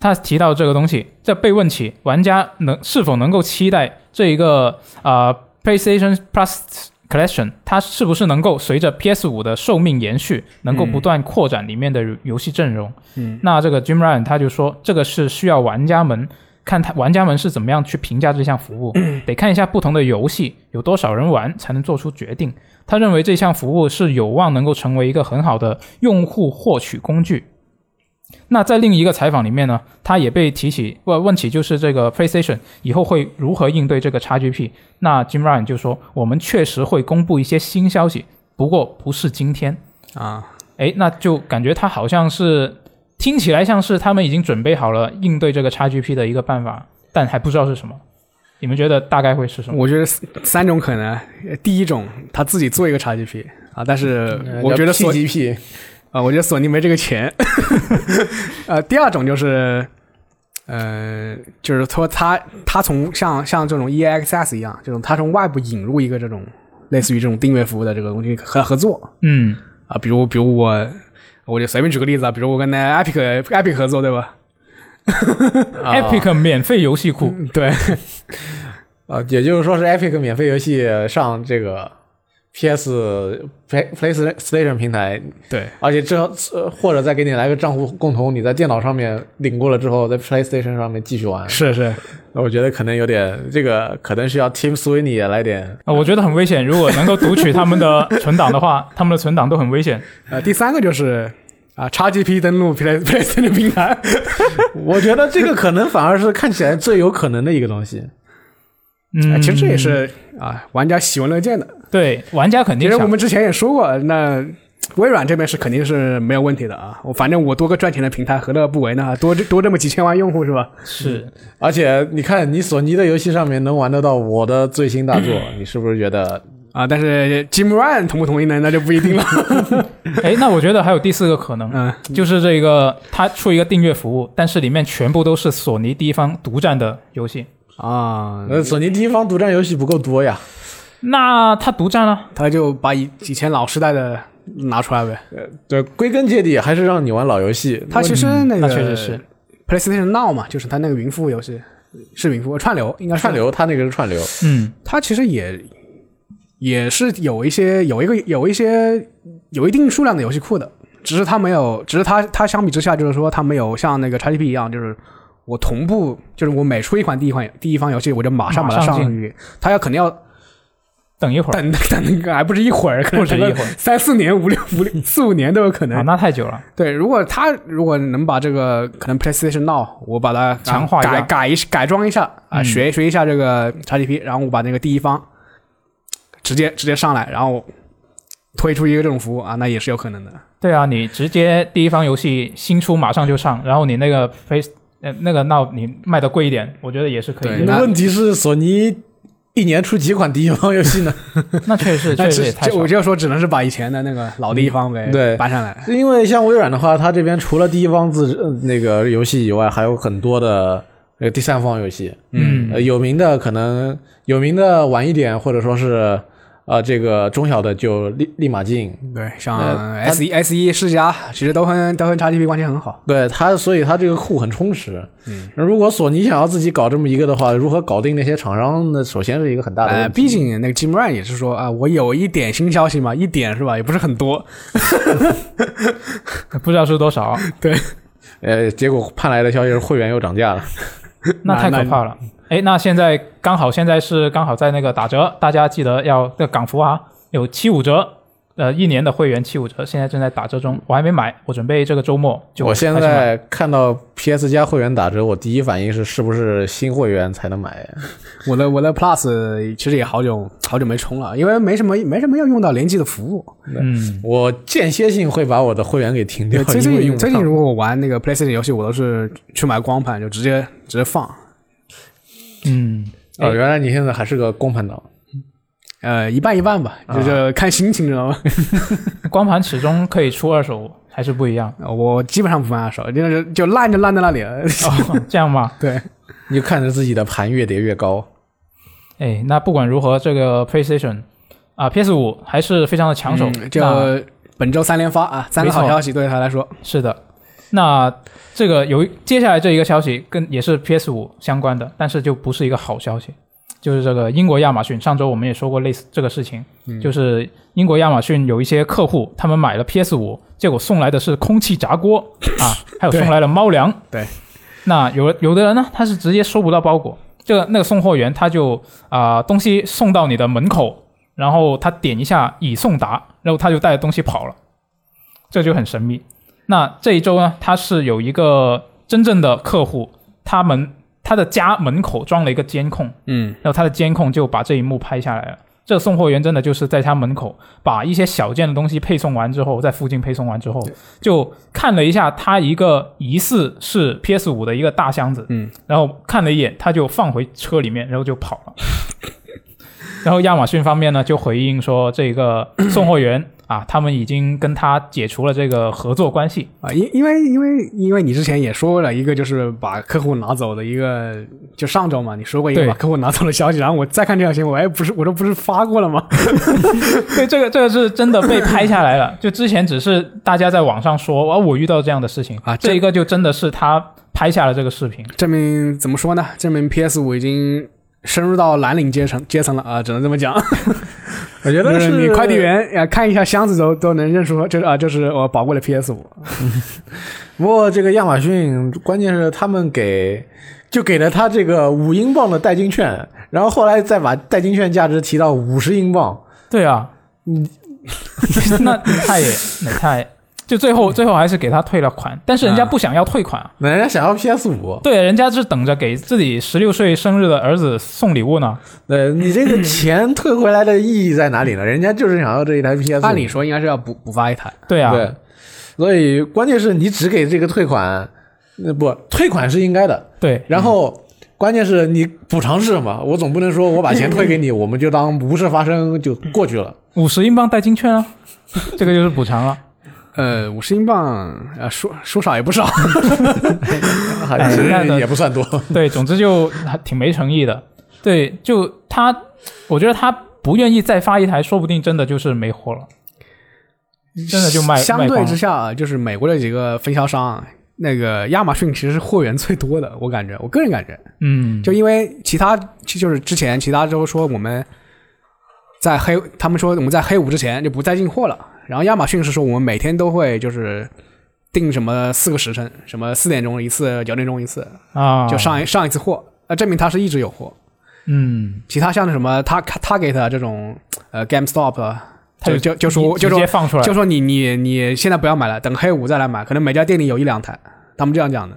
S1: 他提到这个东西，在被问起玩家能是否能够期待这一个呃 PlayStation Plus Collection，它是不是能够随着 PS 五的寿命延续，能够不断扩展里面的游戏阵容？
S2: 嗯，
S1: 那这个 Jim Ryan 他就说，这个是需要玩家们看他玩家们是怎么样去评价这项服务，得看一下不同的游戏有多少人玩才能做出决定。他认为这项服务是有望能够成为一个很好的用户获取工具。那在另一个采访里面呢，他也被提起问问起，就是这个 PlayStation 以后会如何应对这个 XGP。那 Jim Ryan 就说，我们确实会公布一些新消息，不过不是今天。
S2: 啊，
S1: 哎，那就感觉他好像是听起来像是他们已经准备好了应对这个 XGP 的一个办法，但还不知道是什么。你们觉得大概会是什么？
S2: 我觉得三三种可能，呃第一种他自己做一个 XGP 啊，但是我觉得索
S3: PGP
S2: 啊，我觉得索尼没这个钱。 呃，第二种就是，呃，就是说他他从像像这种 EXS 一样，这种他从外部引入一个这种类似于这种订阅服务的这个东西和合作
S1: 嗯，
S2: 啊，比如比如我我就随便举个例子啊，比如我跟那 Epic Epic 合作对吧？
S1: Epic 免费游戏库，
S2: 对，
S3: 啊，也就是说是 Epic 免费游戏上这个 PS Play PlayStation 平台，
S2: 对
S3: 而且之后呃或者再给你来个账户共同，你在电脑上面领过了之后，在 PlayStation 上面继续玩。
S2: 是是，
S3: 那我觉得可能有点这个，可能是要 Team Sweeney 也来点。
S1: 啊我觉得很危险。如果能够读取他们 的存档的话，他们的存档都很危险。
S2: 呃，第三个就是啊，XGP 登录 Play PlayStation 平台，
S3: 我觉得这个可能反而是看起来最有可能的一个东西。
S1: 嗯，
S2: 啊 其实这也是啊玩家喜闻乐见的。
S1: 对玩家肯
S2: 其
S1: 定
S2: 实
S1: 想
S2: 我们之前也说过，那微软这边是肯定是没有问题的啊。我反正我多个赚钱的平台，何乐不为呢？多这多这么几千万用户是吧？
S1: 是
S3: 而且你看，你索尼的游戏上面能玩得到我的最新 大作，你是不是觉得
S2: 啊，但是 Jim Ryan 同不同意呢？那就不一定了。
S1: 哎，那我觉得还有第四个可能，
S2: 嗯，
S1: 就是这个它出一个订阅服务，但是里面全部都是索尼第一方独占的游戏，
S2: 啊，
S3: 呃索尼第一方独占游戏不够多呀？
S1: 那它独占了。
S2: 他就把以以前老时代的拿出来呗。
S3: 对，归根结底还是让你玩老游戏。
S2: 他其实
S1: 嗯
S2: 那个
S1: 那确实是
S2: PlayStation Now 嘛，就是他那个云服务游戏，是云服务串流，应该是
S3: 串。流，他那个是串流，
S1: 嗯，
S2: 它其实也也是有一些有一个有一些有一定数量的游戏库的，只是它没有，只是它它相比之下就是说它没有像那个 XGP 一样，就是我同步，就是我每出一款第一款第一方游戏，我就马上把它
S1: 马上
S2: 上去，它要肯定要
S1: 等一会儿
S2: 等 等，还不是一会儿，可能
S1: 不止一会儿
S2: 整个三四年、五六五六四五年都有可
S1: 啊，
S2: 能。
S1: 那太久了。
S2: 对，如果它如果能把这个可能 PlayStation Now 我把它
S1: 强化一
S2: 改
S1: 下
S2: 改一改装一下啊，
S1: 嗯
S2: 学学一下这个 XGP，然后我把那个第一方直接直接上来，然后推出一个这种服务啊，那也是有可能的。
S1: 对啊，你直接第一方游戏新出马上就上，然后你那个 Face 呃那个那你卖的贵一点，我觉得也是可以
S2: 对
S1: 的。
S2: 那
S3: 问题是索尼一年出几款第一方游戏呢？
S1: 那确实是
S2: 那
S1: 确实
S2: 只
S1: 也太
S2: 这
S1: 少
S2: 我。就说只能是把以前的那个老第一方给
S3: 嗯对
S2: 搬上来。
S3: 是因为像微软的话，它这边除了第一方自呃那个游戏以外，还有很多的呃第三方游戏。
S1: 嗯
S3: 呃，有名的可能有名的晚一点，或者说是啊、这个中小的就立立马进，
S2: 对，像
S3: 呃它
S2: S 一、S 一、世嘉，其实都和都和 XGP 关系很好。
S3: 对它，所以它这个库很充实。嗯，如果索尼想要自己搞这么一个的话，如何搞定那些厂商呢？首先是一个很大的
S2: 呃，
S3: 问题。
S2: 毕竟那个 Jim Ryan 也是说啊，我有一点新消息嘛，一点是吧，也不是很多。
S1: 嗯不知道是多少，
S3: 呃，结果盼来的消息是会员又涨价了。
S1: 那太可怕了。哎，那现在刚好现在是刚好在那个打折，大家记得要这个港服啊，有七五折，呃，一年的会员七五折，现在正在打折中，我还没买，我准备这个周末就
S3: 我现
S1: 开始买
S3: 在看到 PS 加会员打折，我第一反应是是不是新会员才能买？
S2: 我的我的 Plus 其实也好久好久没充了，因为没什么没什么要用到联机的 服务。
S1: 嗯，
S3: 我间歇性会把我的会员给停掉
S2: 对，，最
S3: 因为用
S2: 近
S3: 不上
S2: 最近如果我玩那个 PlayStation 游戏，我都是去买光盘，就直接直接放。
S1: 嗯，
S3: 哦，原来你现在还是个光盘党。
S2: 呃，一半一半
S1: 啊
S2: 吧，就是看心情，知 道吗？
S1: 光盘始终可以出二手，还是不一样
S2: 我基本上不翻手，就是就烂就烂在那里了。
S1: 哦。这样吗？
S2: 对，
S3: 你就看着自己的盘越叠越高，
S1: 哎，那不管如何，这个 PlayStation 啊，PS 五还是非常的抢手。
S2: 嗯就
S1: 那
S2: 本周三连发啊，三个好
S1: 没错
S2: 消息对他来说。
S1: 是的，那这个有一接下来这一个消息跟也是 PS 五相关的，但是就不是一个好消息，就是这个英国亚马逊。上周我们也说过类似这个事情，
S2: 嗯
S1: 就是英国亚马逊有一些客户，他们买了 PS 五，结果送来的是空气炸 锅啊，还有
S2: 对
S1: 送来了猫粮。
S2: 对，
S1: 那有有的人呢，他是直接收不到包裹，这个那个送货员他就啊、东西送到你的门口，然后他点一下已送达，然后他就带着东西跑了，这就很神秘。那这一周呢，他是有一个真正的客户，他们他的家门口装了一个监控，
S2: 嗯，
S1: 然后他的监控就把这一幕拍下来了。这送货员真的就是在他门口把一些小件的东西配送完之后，在附近配送完之后，就看了一下他一个疑似是 PS 五的一个大箱子，
S2: 嗯，
S1: 然后看了一眼，他就放回车里面，然后就跑了。然后亚马逊方面呢，就回应说，这个 送货员啊，他们已经跟他解除了这个合作关系。
S2: 啊，因因为因为因为你之前也说了一个，就是把客户拿走的一个，就上周嘛，你说过一个
S1: 对
S2: 把客户拿走的消息，然后我再看这条新闻，哎，不是，我这不是发过了吗？
S1: 对，这个这个是真的被拍下来了。就之前只是大家在网上说，啊，我遇到这样的事情
S2: 啊这
S1: 这一个就真的是他拍下了这个视频。
S2: 证明怎么说呢？证明 PS 五已经深入到蓝领阶层阶层了啊，只能这么讲。
S3: 我觉
S2: 就
S3: 得
S2: 是
S3: 是
S2: 你快递员啊，看一下箱子都都能认出，就是啊，就是我保过了 PS 五。
S3: 不过这个亚马逊，关键是他们给就给了他这个五英镑的代金券，然后后来再把代金券价值提到五十英镑，
S1: 对啊，你那你太也你太，就最后最后还是给他退了款，但是人家
S2: 啊
S1: 不想要退款啊。
S3: 那人家想要 PS 五，
S1: 对，人家是等着给自己十六岁生日的儿子送礼物呢。
S3: 对你这 个钱退回来的意义在哪里呢？人家就是想要这一台 PS 五。
S2: 按理说应该是要补补发一台，
S1: 对啊，
S3: 对，所以关键是你只给这个退款，那不退款是应该的，
S1: 对
S3: 然后。关键是你补偿是什么？我总不能说我把钱退给 你，我们就当无事发生就过去了。
S1: 五十英镑代金券啊，这个就是补偿了。
S2: 呃，五十英镑，呃，说说少也不少。
S3: 好
S1: 哎那
S3: 像
S1: 倒
S3: 也 不算多。
S1: 对，总之就还挺没诚意的。对，就他，我觉得他不愿意再发一台，说不定真的就是没货了，真的就 卖
S2: 相
S1: 卖光
S2: 对
S1: 了
S2: 之下，啊就是美国的几个分销商，那个亚马逊其实是货源最多的，我感觉，我个人感觉，
S1: 嗯，
S2: 就因为其他其就是之前其他州说我们在黑，他们说我们在黑五之前就不再进货了，然后亚马逊是说我们每天都会就是。定什么四个时辰，什么四点钟一次，九点钟一次，
S1: 啊，
S2: 就上一上一次货，那证明它是一直有货。
S1: 嗯，
S2: 其他像什么 Tar Target 啊这种，呃 GameStop，啊
S1: 他
S2: 就就就说
S1: 直
S2: 就
S1: 直
S2: 说
S1: 接放出来，
S2: 就说你你你现在不要买了，等黑五再来买，可能每家店里有一两台，他们这样讲的。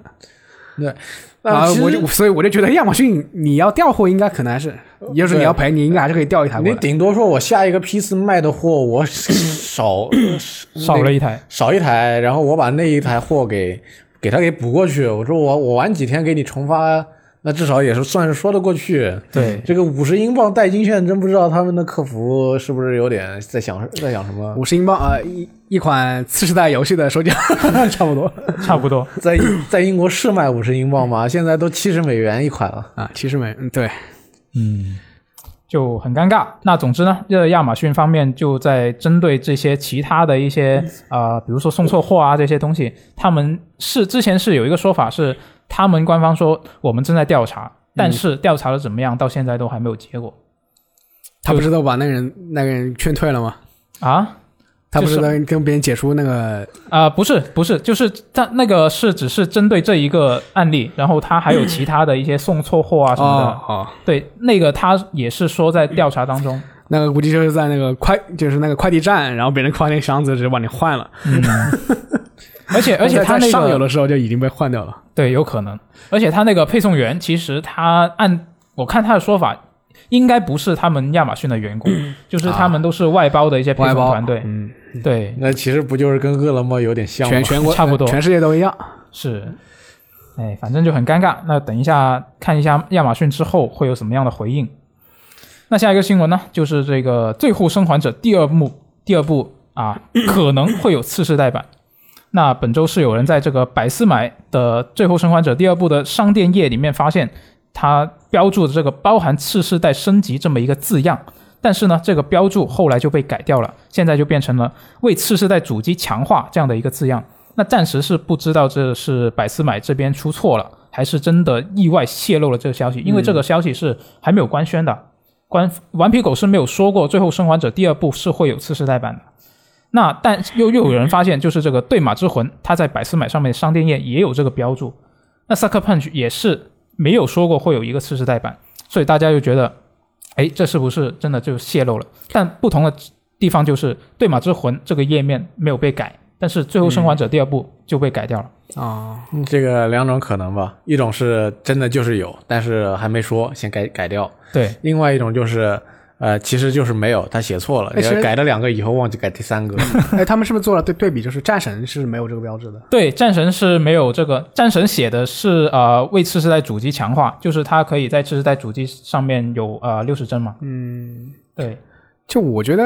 S1: 啊
S2: 然后
S3: 其实
S2: 我就所以我就觉得亚哎马逊你要调货应该可能还是，
S1: 哦
S2: 也就是你要赔，你应该还是可以调一台过
S3: 你
S2: 来。
S3: 顶多说我下一个批次卖的货我 少
S1: 少
S3: 那
S1: 了
S3: 个
S1: 一台，
S3: 少一台，然后我把那一台货给给他给补过去。我说我我晚几天给你重发，那至少也是算是说得过去。
S1: 对，
S3: 这个五十英镑代金券，真不知道他们的客服是不是有点在想在想什么，
S2: 五十英镑呃一一款次世代游戏的手 机，差不多
S1: 差不多，
S3: 在在英国 是卖五十英镑吗？现在都七十美元一款了。
S2: 啊，其实没嗯对，
S1: 就很尴尬。那总之呢，这亚马逊方面就在针对这些其他的一些
S2: 嗯
S1: 呃，比如说送错货啊这些东西，他们是之前是有一个说法是，他们官方说我们正在调
S2: 嗯
S1: 查，但是调查的怎么样，到现在都还没有结果
S2: 他不是都把那个人那个人劝退了吗？
S1: 啊
S2: 他不是
S1: 就是
S2: 能跟别人解除那个
S1: 啊、不是不是，就是他那个是只是针对这一个案例，然后他还有其他的一些送错货啊什么的，
S2: 哦哦，
S1: 对，那个他也是说在调查当中，
S2: 那个估计就是在那个快就是那个快递站，然后别人快那个箱子直接把你换了，
S1: 嗯，而且而且
S2: 在
S1: 他
S2: 在
S1: 那
S2: 上游
S1: 个
S2: 的时候就已经被换掉了。
S1: 对有可能，而且他那个配送员其实他按我看他的说法，应该不是他们亚马逊的员工，就是他们都是外包的一些配
S2: 啊外
S1: 送
S2: 包
S1: 团队，
S2: 嗯，
S1: 对，
S3: 那其实不就是跟饿了么有点像吗
S2: 全？全 国
S1: 差不多
S2: 全世界都一样。
S1: 是，哎，反正就很尴尬。那等一下看一下亚马逊之后会有什么样的回应。那下一个新闻呢，就是这个《最后生还者》第二幕第二部啊，可能会有次世代版。那本周是有人在这个百思买的《最后生还者》第二部的商店页里面发现，它标注的这个包含次世代升级这么一个字样。但是呢，这个标注后来就被改掉了，现在就变成了为次世代主机强化这样的一个字样。那暂时是不知道这是百思买这边出错了，还是真的意外泄露了这个消息，因为这个消息是还没有官宣的。官顽皮狗是没有说过《最后生还者》第二部是会有次世代版的。那但又又有人发现，就是这个《对马之魂》，它在百思买上面商店页也有这个标注。那 Sucker Punch 也是没有说过会有一个次世代版，所以大家就觉得，哎，这是不是真的就泄露了？但不同的地方就是《对马之魂》这个页面没有被改，但是《最后生还者》第二部就被改掉了。
S2: 哦，
S3: 这个两种可能吧，一种是真的就是有，但是还没说，先改改掉；
S2: 嗯
S1: 对，
S3: 另外一种就是，呃，其实就是没有，他写错了，
S2: 哎其实
S3: 改了两个以后忘记改第三个。
S2: 哎，他们是不是做了对对比？就是战神是没有这个标志的。
S1: 对，战神是没有这个，战神写的是呃为次世代主机强化，就是它可以在次世代主机上面有呃六十帧嘛。嗯，对，
S2: 就我觉得，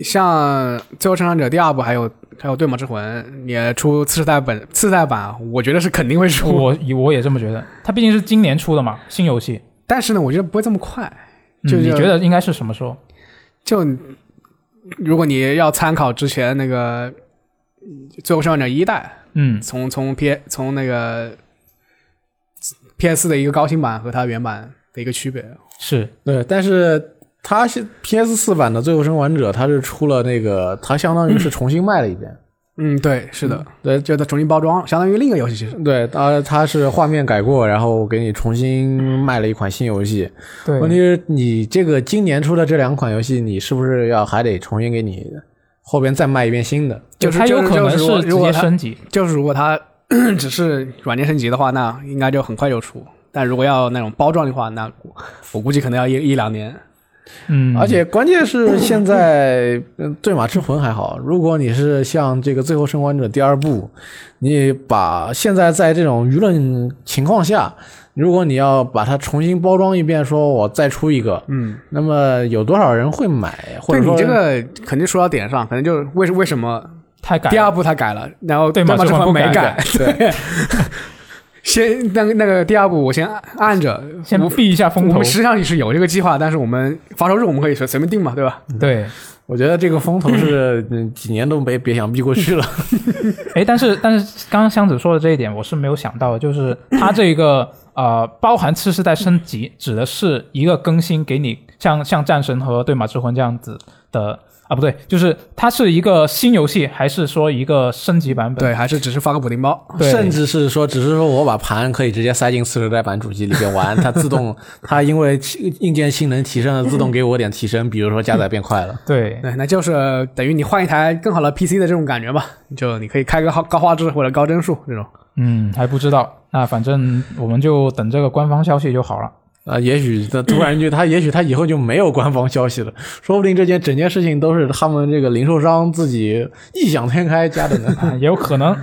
S2: 像《最后生还者》第二部，还有还有《对马之魂》，也出次世代本次世代版，我觉得是肯定会出。
S1: 我我也这么觉得，它毕竟是今年出的嘛，新游戏，
S2: 但是呢，我觉得不会这么快。
S1: 嗯
S2: 就
S1: 你
S2: 是
S1: 觉得应该是什么时候？
S2: 就如果你要参考之前那个《最后生还者》一代，
S1: 嗯
S2: 从从 P 从那个 PS 的一个高清版和它原版的一个区别，
S1: 是，
S3: 对，但是他是 PS 四版的《最后生还者》，他是出了那个，他相当于是重新卖了一遍。
S2: 嗯，对，是的，
S3: 对
S2: 就它重新包装，相当于另一个游戏其实。
S3: 对，他他是画面改过，然后给你重新卖了一款新游戏。
S1: 对，
S3: 问题是你这个今年出的这两款游戏，你是不是要还得重新给你后边再卖一遍新的？
S2: 就是
S1: 它有
S2: 就是
S1: 可能
S2: 就是如果
S1: 是直
S2: 如果
S1: 接
S2: 它
S1: 升级。
S2: 就是如果它 只是软件升级的话，那应该就很快就出；但如果要那种包装的话，那我我估计可能要一一两年。
S1: 嗯，
S3: 而且关键是现在呃《对马之魂》还好，如果你是像这个《最后生还者》第二部，你把现在在这种舆论情况下，如果你要把它重新包装一遍，说我再出一个，
S2: 嗯，
S3: 那么有多少人会 买？或
S2: 对
S3: 者
S2: 你
S3: 说
S2: 这个肯定说到点上，可能就是为什为什么
S1: 太改了
S2: 第二部它改了，然后
S1: 对
S2: 马
S1: 马
S2: 之
S1: 之
S2: 魂
S1: 魂
S2: 没
S1: 不改
S2: 改，对。 先那个那个第二部我先按着，
S1: 先
S2: 我
S1: 避一下风
S2: 我
S1: 头
S2: 们，实际上也是有这个计划，但是我们发售日我们可以随随便定嘛，对吧？
S1: 对，
S3: 我觉得这个风头是嗯几年都没别想避过去了。
S1: 哎，但是但是刚刚箱子说的这一点，我是没有想到的，就是它这个呃包含次世代升级，指的是一个更新给你像像战神和对马之魂这样子的啊，不对，就是它是一个新游戏，还是说一个升级版本？
S2: 对，还是只是发个补丁包。
S1: 对
S3: 甚至是说，只是说我把盘可以直接塞进次世代版主机里边 玩，它自动，它因为硬件性能提升了，自动给我点提升，比如说加载变快了。
S1: 对
S2: 对，那就是等于你换一台更好的 PC 的这种感觉吧，就你可以开个高高画质或者高帧数这种。
S1: 嗯，还不知道，那反正我们就等这个官方消息就好了。。
S3: 啊，也许他突 然就他，也许他以后就没有官方消息了，说不定这件整件事情都是他们这个零售商自己异想天开加的 呢
S1: 啊也有可能，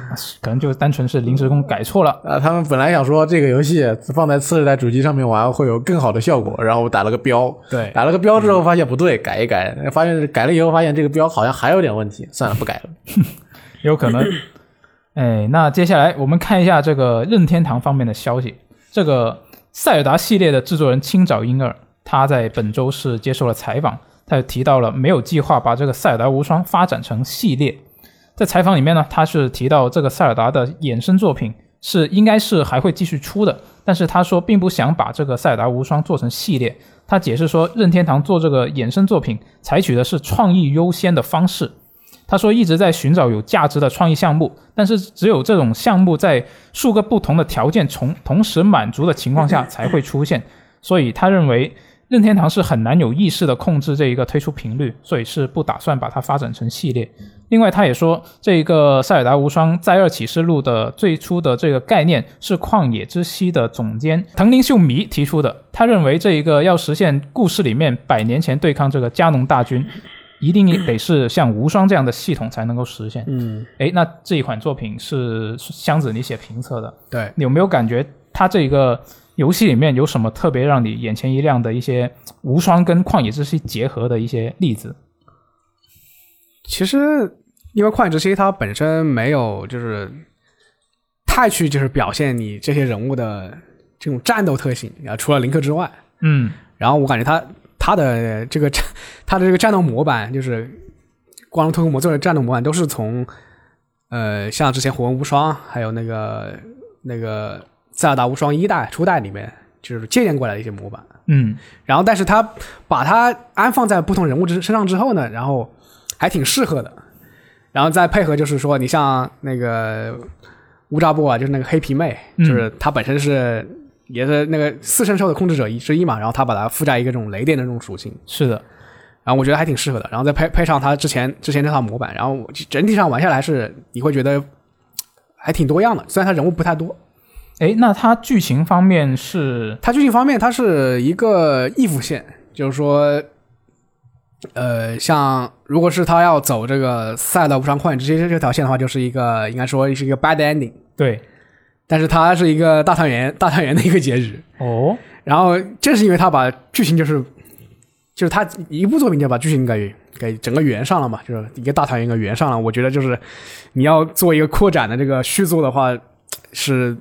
S1: 可能就单纯是临时工改错了。
S3: 啊，他们本来想说这个游戏放在次世代主机上面玩会有更好的效果，然后打了个标，
S2: 对，
S3: 打了个标之后发现不对，改一改，发现改了以后发现这个标好像还有点问题，算了，不改了。
S1: 有可能。哎，那接下来我们看一下这个任天堂方面的消息。这个《塞尔达》系列的制作人青沼英二，他在本周是接受了采访，他就提到了没有计划把这个《塞尔达无双》发展成系列。在采访里面呢，他是提到这个塞尔达的衍生作品是应该是还会继续出的，但是他说并不想把这个塞尔达无双做成系列。他解释说，任天堂做这个衍生作品采取的是创意优先的方式。他说一直在寻找有价值的创意项目，但是只有这种项目在数个不同的条件同同时满足的情况下才会出现，所以他认为任天堂是很难有意识的控制这一个推出频率，所以是不打算把它发展成系列。另外，他也说这一个《塞尔达无双：再二启示录》的最初的这个概念是旷野之息的总监藤林秀弥提出的，他认为这一个要实现故事里面百年前对抗这个加农大军。一定得是像无双这样的系统才能够实现。
S2: 嗯，
S1: 哎，那这一款作品是箱子你写评测的，
S2: 对，
S1: 你有没有感觉它这个游戏里面有什么特别让你眼前一亮的一些无双跟旷野之息结合的一些例子？
S2: 其实因为旷野之息它本身没有就是太去就是表现你这些人物的这种战斗特性，啊，除了林克之外，
S1: 嗯，
S2: 然后我感觉他他的这个战他的这个战斗模板，就是《光荣特工魔咒》的战斗模板，都是从呃像之前《火纹无双》还有那个那个《塞尔达无双》一代初代里面就是借鉴过来的一些模板。
S1: 嗯，
S2: 然后，但是他把它安放在不同人物之身上之后呢，然后还挺适合的。然后再配合，就是说，你像那个乌扎布啊，就是那个黑皮妹，
S1: 嗯
S2: 就是她本身是也是那个四圣兽的控制者一之一嘛，然后她把它附加一个这种雷电的这种属性，
S1: 是的，
S2: 然后我觉得还挺适合的。然后再配配上她之前之前这套模板，然后我整体上玩下来是你会觉得还挺多样的，虽然她人物不太多，
S1: 哎，那它剧情方面是
S2: 它剧情方面，它是一个义务线，就是说，呃，像如果是他要走这个赛道无双旷野之息这条线的话，就是一个应该说是一个 bad ending，
S1: 对
S2: 但是它是一个大团圆大团圆的一个结局。
S1: 哦，
S2: 然后正是因为他把剧情就是就是他一部作品就把剧情给给整个圆上了嘛，就是一个大团圆给圆上了。我觉得就是你要做一个扩展的这个续作的话，是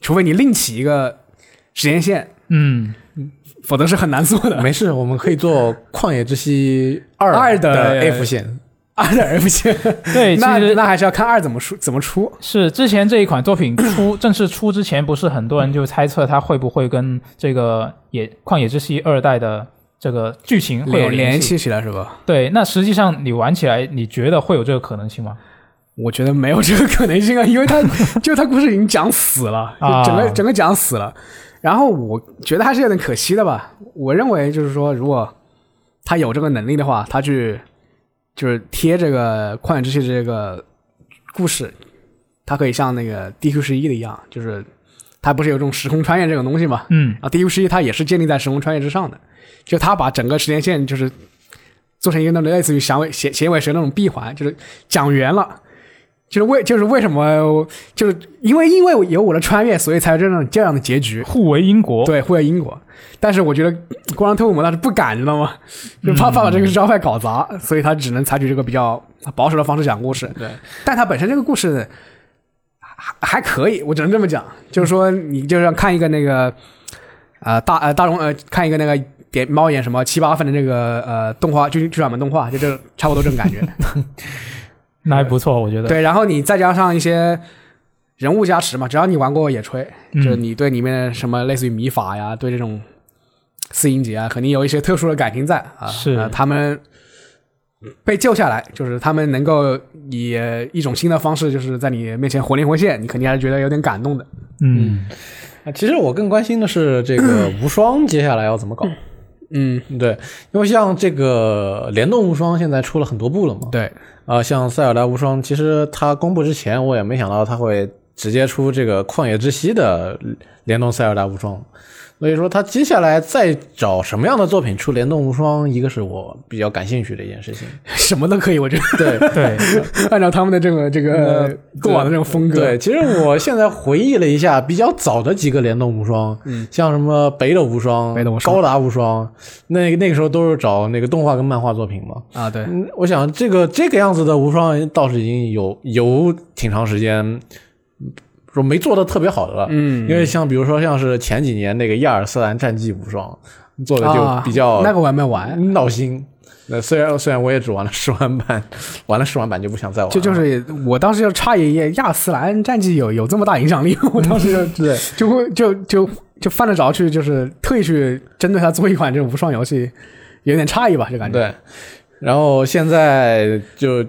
S2: 除非你另起一个时间线。
S1: 嗯，
S2: 否则是很难做的。
S3: 没事，我们可以做《旷野之息二》
S2: 二的
S3: 的哎 F 线，
S2: 二的 F 线，
S1: 对，其
S2: 那
S1: 实
S2: 那还是要看二怎么出怎么出。
S1: 是之前这一款作品 出正式出之前，不是很多人就猜测它会不会跟这个野旷野之息二代的这个剧情会有
S2: 联
S1: 联系？
S2: 系起来是吧？
S1: 对，那实际上你玩起来，你觉得会有这个可能性吗？
S2: 我觉得没有这个可能性啊，因为他 就他故事已经讲死了，
S1: 啊
S2: 就整个整个讲死了。然后我觉得还是有点可惜的吧。我认为就是说，如果他有这个能力的话，他去就是贴这个《旷野之息》这个故事，他可以像那个 DQ 十一的一样，就是他不是有这种时空穿越这种东西嘛？
S1: 嗯，
S2: 啊，DQ 十一它也是建立在时空穿越之上的，就它把整个时间线就是做成一个那种类似于响尾衔衔尾蛇那种闭环，就是讲圆了。就是为就是为什么就是因为因为有我的穿越，所以才有这种这样的结局。
S1: 互为因果。
S2: 对，会有因果，但是我觉得光让特务魔他是不敢，你知道吗？就怕怕把这个招牌搞砸，所以他只能采取这个比较保守的方式讲故事。
S3: 对，
S2: 但他本身这个故事还还可以，我只能这么讲，就是说你就是要看一个那个呃大呃大龙呃看一个那个点猫眼什么七八分的这个呃动画剧剧场版动画，就这差不多这种感觉。
S1: 那还不错，我觉得。
S2: 对，然后你再加上一些人物加持嘛，只要你玩过野炊，
S1: 嗯
S2: 就是你对里面什么类似于米法呀，对这种四音节啊，肯定有一些特殊的感情在啊。
S1: 是
S2: 呃他们被救下来，就是他们能够以一种新的方式，就是在你面前活灵活现，你肯定还是觉得有点感动的。
S1: 嗯，
S3: 啊其实我更关心的是这个无双接下来要怎么搞。
S2: 嗯，
S3: 对，因为像这个联动无双现在出了很多部了嘛。
S2: 对，
S3: 啊、像塞尔达无双，其实它公布之前我也没想到它会直接出这个旷野之息的联动塞尔达无双，所以说它接下来再找什么样的作品出联动无双，一个是我比较感兴趣的一件事情。
S2: 什么都可以，我觉得
S3: 对，
S1: 对，
S2: 按照他们的这个这
S3: 呃
S2: 个
S3: 对
S2: 过往的这种风格，
S3: 对，其实我现在回忆了一下比较早的几个联动无双，嗯，像什么北斗无双、
S2: 北斗无双
S3: 高达无双，那那个时候都是找那个动画跟漫画作品嘛。
S2: 啊，对，
S3: 嗯，我想这个这个样子的无双倒是已经有有挺长时间，嗯说没做的特别好的了。
S2: 嗯
S3: 因为像比如说像是前几年那个亚尔斯兰战记无双做的
S2: 啊
S3: 就比较
S2: 那个我还没玩，
S3: 闹心。那虽然虽然我也只玩了试玩版，玩了试玩版就不想再玩了。
S2: 这就是我当时就诧异，亚斯兰战绩有有这么大影响力， 我当时就
S3: 对，
S2: 就会就就就犯得着去，就是特意去针对他做一款这种无双游戏，有点诧异吧，这感觉。
S3: 对，然后现在就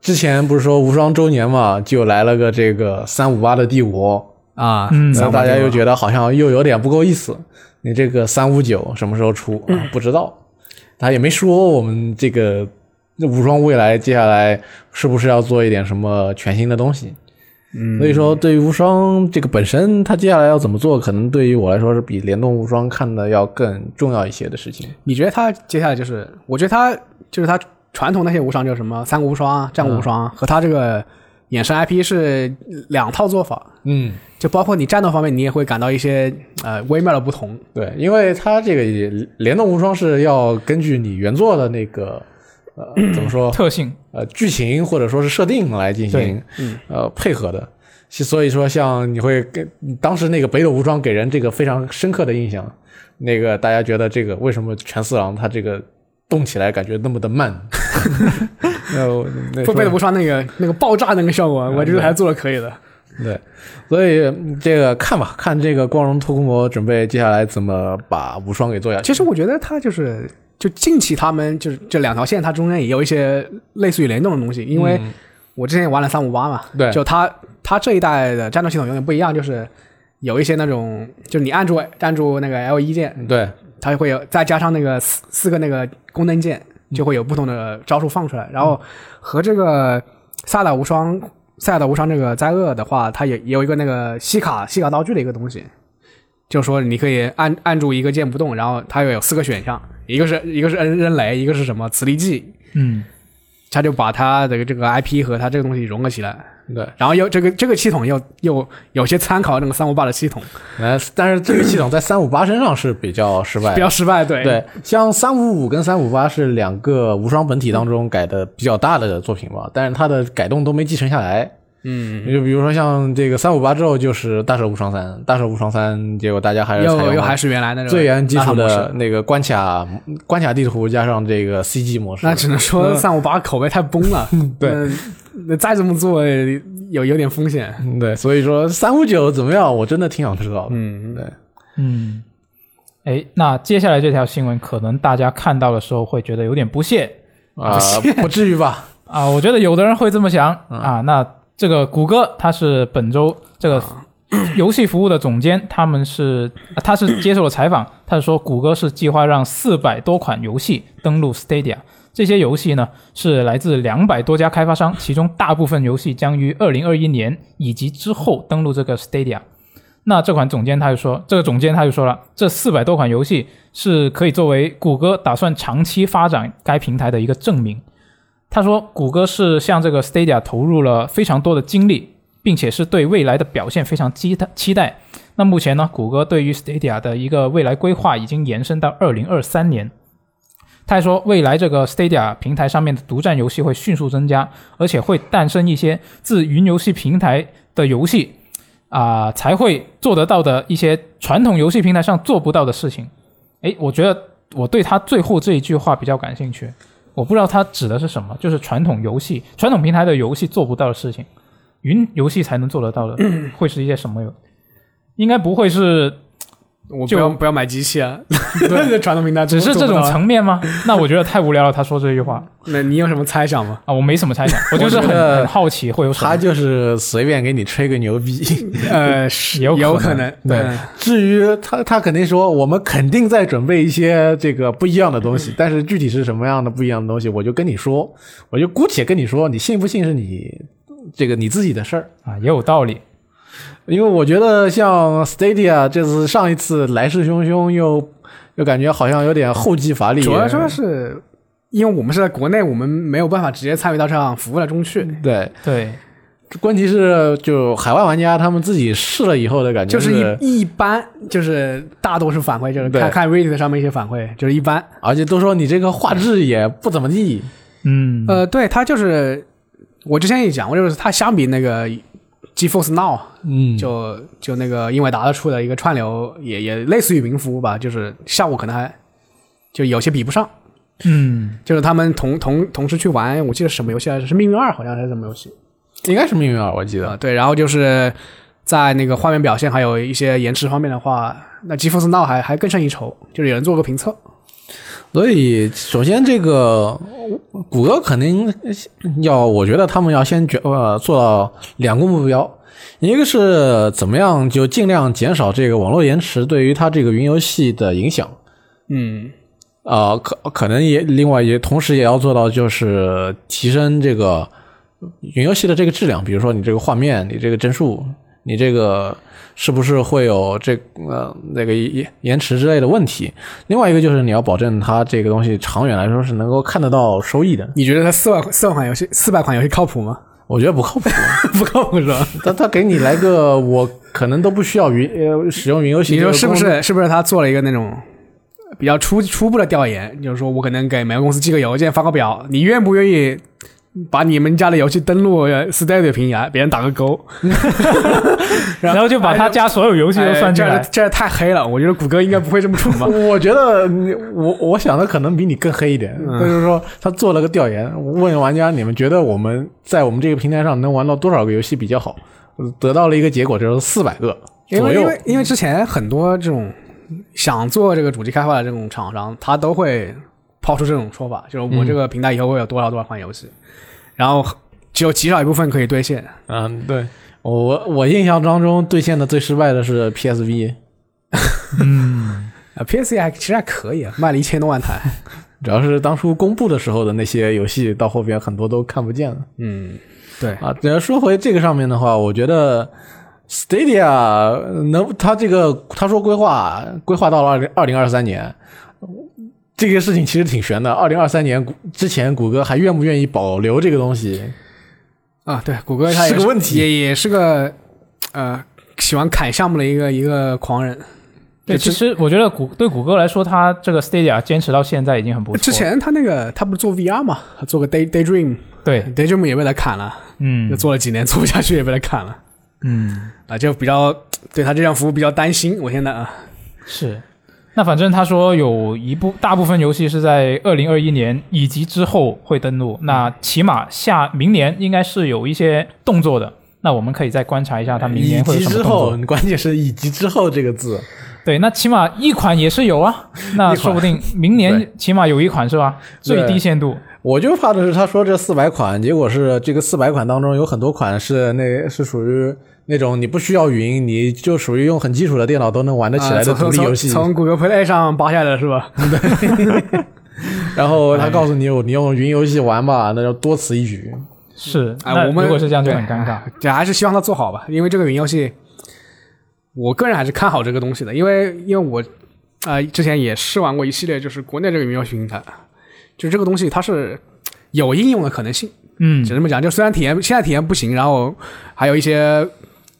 S3: 之前不是说无双周年嘛，就来了个这个三五八的第五，
S2: 啊，
S1: 嗯
S3: 然后大家又
S2: 得
S3: 觉得好像又有点不够意思。你这个三五九什么时候出、啊不知道，他也没说我们这个无双未来接下来是不是要做一点什么全新的东西。嗯，所以说对于无双这个本身，它接下来要怎么做，可能对于我来说是比联动无双看的要更重要一些的事情。
S2: 你觉得他接下来就是，我觉得他就是他传统那些无双，就是什么三国无双啊、战国无双啊，和他这个衍生 IP 是两套做法，
S3: 嗯，
S2: 就包括你战斗方面，你也会感到一些呃微妙的不同。
S3: 对，因为它这个也联动无双是要根据你原作的那个呃怎么说
S1: 特性，
S3: 呃剧情或者说是设定来进行
S1: 对、嗯
S3: 呃配合的，其所以说像你会跟当时那个北斗无双给人这个非常深刻的印象，那个大家觉得这个为什么全四郎他这个动起来感觉那么的慢？ 那我那
S2: 会
S3: 说
S2: 被无双那个那个爆炸那个效果，呃我觉得还做的可以的。
S3: 对，所以嗯这个看吧，看这个光荣特库摩准备接下来怎么把无双给做下去。
S2: 其实我觉得他就是就近期他们就是这两条线，它中间也有一些类似于联动的东西，因为我之前也玩了三五八嘛，
S3: 对
S2: 就它它这一代的战斗系统有点不一样，就是有一些那种就是你按住按住那个 L 一键，
S1: 嗯
S3: 对，
S2: 它会有再加上那个四四个那个功能键，就会有不同的招数放出来。然后和这个萨达无双、萨达无双这个灾厄的话，它也也有一个那个西卡西卡道具的一个东西，就是说你可以按按住一个键不动，然后它又有四个选项，一个是一个是扔扔雷，一个是什么磁力技，
S1: 嗯，
S2: 它就把它的这个 IP 和它这个东西融合起来。
S3: 对，
S2: 然后又这个这个系统又又有些参考那个三五八的系统，
S3: 呃，但是这个系统在三五八身上是比较失败
S2: 比
S3: 的。
S2: 较失败，对
S3: 哎对，像三五五跟三五八是两个无双本体当中改的比较大的作品吧，但是它的改动都没继承下来。嗯，就比如说像这个三五八之后就是大蛇无双三，大蛇无双三，结果大家还是采
S2: 又
S3: 用
S2: 又
S3: 了
S2: 还是原来那种
S3: 最原基础
S2: 拉法模式
S3: 的那个关卡关卡地图加上这个 CG 模式。
S2: 那只能说三五八口碑太崩了。
S3: 对
S2: 那，那再这么做有有点风险。
S3: 嗯 对，所以说三五九怎么样，我真的挺想知道的。
S2: 嗯，
S3: 对，
S1: 嗯，哎，那接下来这条新闻，可能大家看到的时候会觉得有点不屑
S3: 啊、不至于吧？
S1: 啊，我觉得有的人会这么想啊。那这个谷歌，它是本周这个 游戏服务的总监，他们是啊他是接受了采访，他是说谷歌是计划让四百多款游戏登陆 Stadia。这些游戏呢是来自两百多家开发商，其中大部分游戏将于二零二一年以及之后登陆这个 Stadia。那这款总监他就说，这个总监他就说了，这四百多款游戏是可以作为谷歌打算长期发展该平台的一个证明。他说，谷歌是向这个 Stadia 投入了非常多的精力，并且是对未来的表现非常期待期待。那目前呢，谷歌对于 Stadia 的一个未来规划已经延伸到二零二三年。他还说，未来这个 Stadia 平台上面的独占游戏会迅速增加，而且会诞生一些自云游戏平台的游戏啊、才会做得到的一些传统游戏平台上做不到的事情。诶，我觉得我对他最后这一句话比较感兴趣。我不知道它指的是什么，就是传统游戏、传统平台的游戏做不到的事情，云游戏才能做得到的，
S3: 嗯
S1: 会是一些什么游？应该不会是
S2: 我不
S1: 就
S2: 要不要买机器啊！对， 传统平台
S1: 只是这种
S2: 做不到啊。
S1: 层面 吗？那我觉得太无聊了。他说这句话
S2: 那你有什么猜想 吗？
S1: 啊，我没什么猜想，我就是很
S3: 我觉得
S1: 很好奇会有什
S3: 他
S1: 么。
S3: 就是随便给你吹个牛逼。
S2: 呃，是
S1: 也有可能
S2: 有可能。
S3: 对
S2: 嗯，
S3: 至于他，他肯定说我们肯定在准备一些这个不一样的东西，但是具体是什么样的不一样的东西，我就跟你说，我就姑且跟你说，你信不信是你这个你自己的事儿。
S1: 啊，也有道理。
S3: 因为我觉得像 Stadia 这次上一次来势汹汹又，又感觉好像有点后继乏力。
S2: 主要说是因为我们是在国内，我们没有办法直接参与到这样服务的中去，
S3: 对，
S1: 对，
S3: 问题是就海外玩家他们自己试了以后的感觉
S2: 就是一一般就是大多数反馈就是
S3: 对
S2: 看看 Reddit 上面一些反馈，就是一般。
S3: 而且都说你这个画质也不怎么地。
S1: 嗯，
S3: 呃
S2: 呃，对，它就是我之前也讲过，就是它相比那个 GeForce Now，
S4: 嗯，
S2: 就就那个英伟达的出的一个串流，也也类似于云服务吧，就是效果可能还就有些比不上。
S1: 嗯，
S2: 就是他们同同同时去玩，我记得什么游戏来着？是命运二好像还是什么游戏
S4: 应该是命运二，我记
S2: 啊、
S4: 得。
S2: 对，然后就是在那个画面表现还有一些延迟方面的话，那 GeForce Now 还还更胜一筹，就是有人做过评测。
S3: 所以，首先这个谷歌肯定要，我觉得他们要先决呃做到两个目标，一个是怎么样就尽量减少这个网络延迟对于它这个云游戏的影响，
S2: 嗯
S3: 啊，可可能也另外也同时也要做到就是提升这个云游戏的这个质量，比如说你这个画面、你这个帧数、你这个是不是会有这呃那个延延迟之类的问题。另外一个就是你要保证它这个东西长远来说是能够看得到收益的，
S2: 你觉得它四万四万款游戏四百款游戏靠谱吗？
S3: 我觉得不靠 谱。
S2: 不靠谱是吧？
S3: 他他给你来个我可能都不需要云呃使用云游戏，
S2: 你说是不？是？是不是他做了一个那种比较初初步的调研？就是说我可能给每个公司寄个邮件，发个表，你愿不愿意把你们家的游戏登录呃 Stadia 平台，别人打个勾？
S1: 然后就把他家所有游戏都算进
S2: 哎
S3: 哎
S1: 来
S2: 这这，这太黑了，我觉得谷歌应该不会这么蠢吧？
S3: 我觉得你我我想的可能比你更黑一点，
S2: 嗯
S3: 就是说他做了个调研，问玩家你们觉得我们在我们这个平台上能玩到多少个游戏比较好？呃得到了一个结果就是四百个
S2: 因
S3: 左
S2: 为因
S3: 右。
S2: 为因为之前很多这种想做这个主机开发的这种厂商，他都会抛出这种说法，就是我这个平台以后会有多少多少款游戏，然后只有极少一部分可以兑现。
S3: 嗯，对我我印象当中兑现的最失败的是 PSV，
S2: 啊 p s 还其实还可以，啊卖了一千多万台。
S3: 主要是当初公布的时候的那些游戏，到后边很多都看不见了。
S2: 嗯，对，
S3: 啊，只要说回这个上面的话，我觉得 Stadia 能，他这个他说规划规划到了二零二零二三年，这个事情其实挺悬的。二零二三年谷之前，谷歌还愿不愿意保留这个东西？
S2: 啊，对，谷歌它也
S3: 是个问题
S2: 也也是个呃喜欢砍项目的一个一个狂人。
S1: 对，
S2: 之
S1: 其实我觉得谷对谷歌来说，它这个 Stadia 坚持到现在已经很不错了。
S2: 之前他那个他不是做 VR 嘛，他做个 Day Daydream，Daydream
S1: 对，
S2: 也被他砍了，
S1: 嗯
S2: 就做了几年做不下去也被他砍了
S1: 嗯
S2: 啊，就比较对他这项服务比较担心。我现在啊，
S1: 是。那反正他说有一部大部分游戏是在二零二一年以及之后会登陆，那起码下明年应该是有一些动作的。那我们可以再观察一下它明
S3: 以
S1: 年会有
S3: 及
S1: 什么
S3: 之
S1: 动
S3: 后
S1: 作。，
S3: 关键是以及之后这个字，
S1: 对，那起码一款也是有啊，那说不定明年起码有一款是吧？
S3: 对
S1: 最低限度。
S2: 嗯
S3: 我就怕的是他说这四百款，结果是这个四百款当中有很多款是那是属于那种你不需要云，你就属于用很基础的电脑都能玩得起来的独
S2: 啊从
S3: 立游戏。
S2: 从从谷歌 Play 上扒下来了是吧？
S3: 然后他告诉你，你用云游戏玩吧，那就多此一 举。
S1: 是，
S2: 哎
S1: 那
S2: 我们
S1: 如果是这样就很
S2: 对
S1: 尴尬。
S2: 这还是希望他做好吧，因为这个云游戏，我个人还是看好这个东西的，因为因为我啊、呃之前也试玩过一系列，就是国内这个云游戏平台，就这个东西它是有应用的可能性，
S1: 嗯
S2: 只，能这么讲。就虽然体验现在体验不行，然后还有一些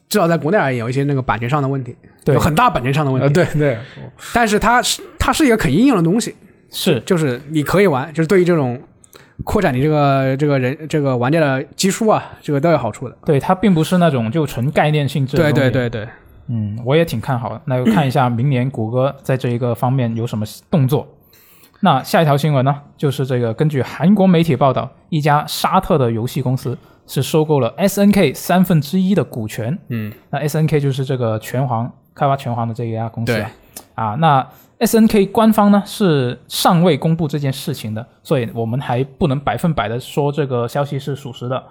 S2: 至少在国内而言有一些那个版权上的问题，
S1: 对呃
S2: 有很大版权上的问题，
S3: 对对，
S2: 但是它是它是一个可应用的东西，
S1: 是
S2: 就是你可以玩，就是对于这种。扩展你这个这个人这个玩家的基数啊，这个都有好处的。
S1: 对，它并不是那种就纯概念性质的
S2: 对
S1: 东
S2: 对
S1: 西
S2: 对对，
S1: 嗯，我也挺看好的。那就看一下明年谷歌在这一个方面有什么动作。那下一条新闻呢，就是这个根据韩国媒体报道，一家沙特的游戏公司是收购了 SNK 三分之一的股权。
S2: 嗯，
S1: 那 SNK 就是这个拳皇开发拳皇的这一家公司啊。啊，那 SNK 官方呢是尚未公布这件事情的，所以我们还不能百分百的说这个消息是属实的。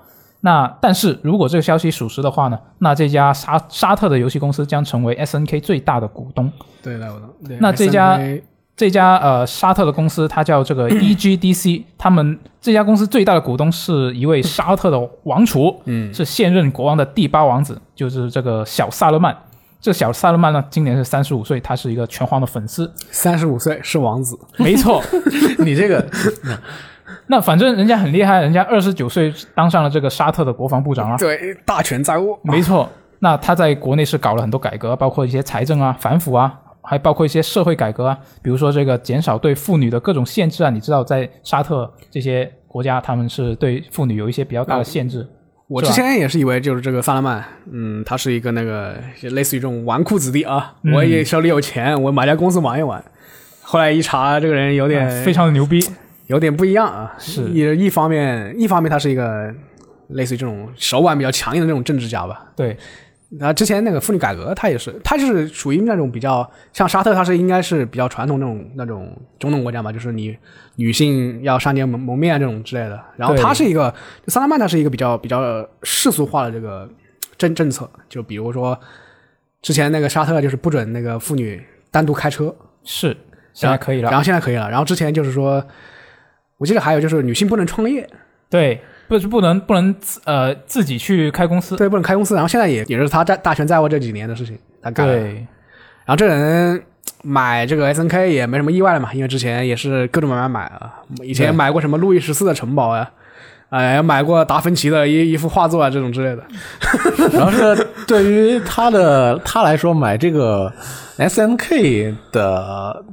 S1: 那但是如果这个消息属实的话呢，那这家沙沙特的游戏公司将成为 SNK 最大的股东。
S2: 对来我的。
S1: 那这家
S2: SNK
S1: 这家呃沙特的公司，它叫这个 E EGDC，他们这家公司最大的股东是一位沙特的王储，
S2: 嗯
S1: 是现任国王的第八王子，就是这个小萨勒曼。这小萨勒曼呢，今年是三十五岁，他是一个拳皇的粉丝。
S2: 三十五岁是王子，
S1: 没错，
S3: 你这个
S1: 那反正人家很厉害，人家二十九岁当上了这个沙特的国防部长啊。
S2: 对，大权在握。
S1: 没错，那他在国内是搞了很多改革，包括一些财政啊、反腐啊，还包括一些社会改革啊，比如说这个减少对妇女的各种限制啊。你知道，在沙特这些国家，他们是对妇女有一些比较大的限制。
S2: 我
S1: 是
S2: 之
S1: 吧
S2: 前也是以为就是这个萨拉曼，嗯，他是一个那个类似于这种纨绔子弟啊，
S1: 嗯
S2: 我也手里有钱，我买家公司玩一玩。后来一查，这个人有点、
S1: 啊非常的牛逼，
S2: 有点不一样啊，
S1: 是
S2: 一一方面一方面他是一个类似于这种手腕比较强硬的这种政治家吧，
S1: 对，
S2: 那之前那个妇女改革，它也是，它就是属于那种比较像沙特，它是应该是比较传统那种那种中东国家嘛，就是你女性要上街蒙蒙面这种之类的。然后
S1: 对
S2: 它是一个，就萨拉曼它是一个比较比较世俗化的这个政政策，就比如说之前那个沙特就是不准那个妇女单独开车，
S1: 是现在可以
S2: 然
S1: 了，
S2: 后现在可以了。然后之前就是说，我记得还有就是女性不能创业，
S1: 对，不是不能不能自呃自己去开公司，
S2: 对，不能开公司。然后现在也也就是他在大权在握这几年的事情，他改了。
S1: 对，
S2: 然后这人买这个 S N K 也没什么意外了嘛，因为之前也是各种买买买啊，以前
S3: 对
S2: 买过什么路易十四的城堡呀、啊，哎、买过达芬奇的一一幅画作啊，这种之类的。
S3: 然后是对于他的他来说，买这个 S N K 的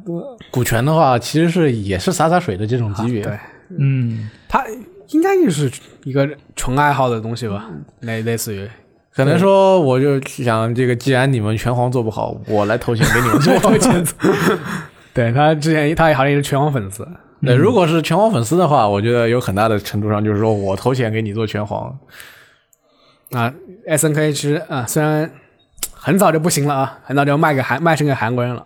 S3: 股权的话，其实是也是洒洒水的这种级别。
S2: 啊对，
S1: 嗯，
S2: 他应该就是一个纯爱好的东西吧，类类似于
S3: 可能说我就想这个，既然你们拳皇做不好，我来投钱给你们 做。
S2: 对他之前他好像也是拳皇粉丝，
S3: 对，如果是拳皇粉丝的话，我觉得有很大的程度上就是说我投钱给你做拳 皇。
S2: 啊，S N K 其实啊虽然很早就不行了啊，很早就卖给韩卖身给韩国人了，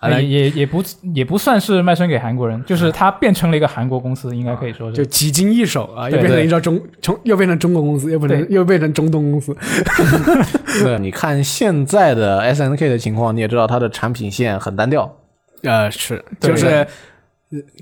S2: 啊，
S1: 也哎也也不也不算是卖身给韩国人，
S2: 嗯
S1: 就是它变成了一个韩国公司，应该可以说。
S2: 就是几经易手啊，又
S1: 对
S2: 变成
S3: 对
S2: 一家中从又变成中国公司，又变成
S1: 对
S2: 又变成中东公司，
S3: 对，你看现在的 S N K 的情况，你也知道它的产品线很单调。
S2: 呃，是，
S1: 对
S2: 就是呃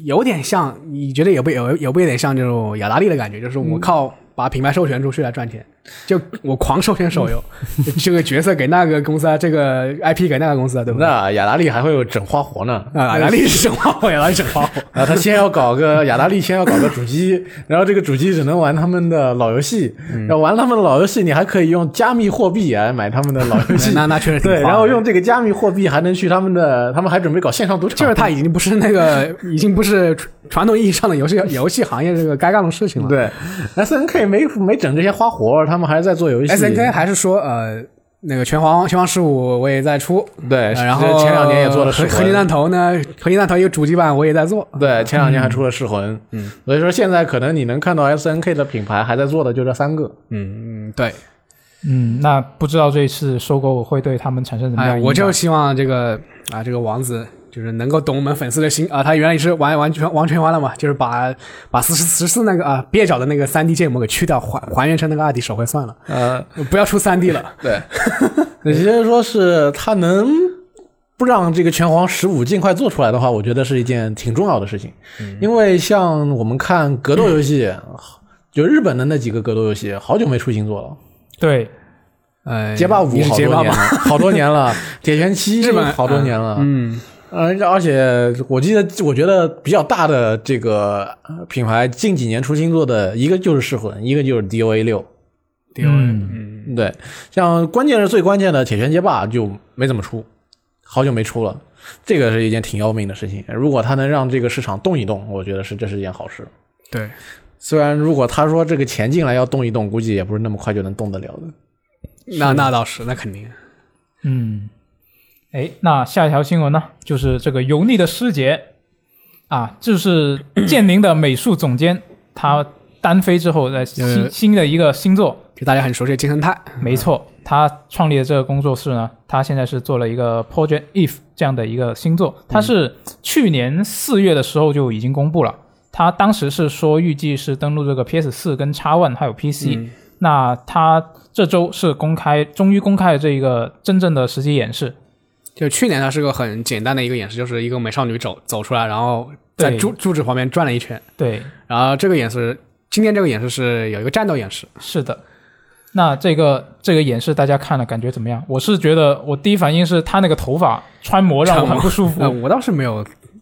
S2: 有点像，你觉得有不有有不有点像这种雅达利的感觉？就是
S3: 嗯
S2: 我靠把品牌授权出去来赚钱，就我狂授 权手游，就这个角色给那个公司啊，这个 IP 给那个公司啊，对不对？
S3: 那雅达利还会有整花活呢。
S2: 啊，雅达利是整花火，雅达利是 整花火，
S3: 啊，他先要搞个雅达利，先要搞个主 机，然后这个主机只能玩他们的老游戏，
S2: 嗯
S3: 要玩他们的老游戏，你还可以用加密货币来买他们的老游 戏。
S2: 那那确实挺
S3: 对，
S2: 花
S3: 然后
S2: 的
S3: 用这个加密货币还能去他们的，他们还准备搞线上赌场。
S2: 就是它已经不是那个，已经不是传统意义上的游戏游戏行业这个该干的事情了。
S3: 对，S N K 没没整这些花活儿，他们还在做游戏。
S2: ，S N K 还是说呃。那个拳皇，拳皇十五我也在出，
S3: 对，
S2: 呃然后
S3: 前两年也做了噬
S2: 合合金
S3: 魂。
S2: 弹头呢，合金弹头一个主机版我也在做，
S3: 对，前两年还出了噬魂，嗯，所以说现在可能你能看到 S N K 的品牌还在做的就这三个，
S2: 嗯，对，
S1: 嗯，那不知道这一次收购会对他们产生什么样
S2: 哎，
S1: 的影响？
S2: 我就希望这个啊，这个王子就是能够懂我们粉丝的心啊。他原来也是玩玩全玩全玩了嘛，就是把把四十十四那个啊蹩脚的那个三 D 建模给去掉，还还原成那个二 D 手绘算了，
S3: 呃，
S2: 不要出三 D 了。
S3: 对，也就是说是他能不让这个拳皇十五尽快做出来的话，我觉得是一件挺重要的事情。因为像我们看格斗游戏，就日本的那几个格斗游戏，好久没出新作了。
S1: 对，
S2: 呃，
S3: 哎街霸五
S2: 你是
S3: 好
S2: 街
S3: 多
S2: 霸
S3: 年了，
S2: 吗？
S3: 好多年 了。铁拳七
S2: 日本
S3: 好多年了。
S2: 嗯，
S3: 呃，而且我记得，我觉得比较大的这个品牌近几年出新作的一个就是噬魂，一个就是 DOA 六。
S2: 对，嗯，
S3: 对，像关键是最关键的《铁拳街霸》就没怎么出，好久没出了，这个是一件挺要命的事情。如果他能让这个市场动一动，我觉得是这是一件好事。
S2: 对，
S3: 虽然如果他说这个钱进来要动一动，估计也不是那么快就能动得了的。
S2: 那那倒是，那肯定。
S1: 嗯，哎，那下一条新闻呢，就是这个油腻的师姐啊，就是剑灵的美术总监，他单飞之后的新
S2: 呃
S1: 新的一个新作，
S2: 就大家很熟悉的金圣泰，
S1: 没错，他创立的这个工作室呢，他现在是做了一个 Project If 这样的一个新作，他是去年四月的时候就已经公布了，他当时是说预计是登陆这个 PS 四跟 X One 还有 PC，、那
S2: 嗯
S1: 他这周是公开，终于公开了这一个真正的实际演示，
S2: 就去年它是个很简单的一个演示，就是一个美少女走走出来，然后在
S1: 对
S2: 柱柱子旁边转了一圈，
S1: 对，
S2: 然后这个演示，今天这个演示是有一个战斗演示。
S1: 是的。那这个这个演示大家看了感觉怎么样？我是觉得我第一反应是他那个头发穿模让我很不舒服
S2: 呃，，我倒是没有，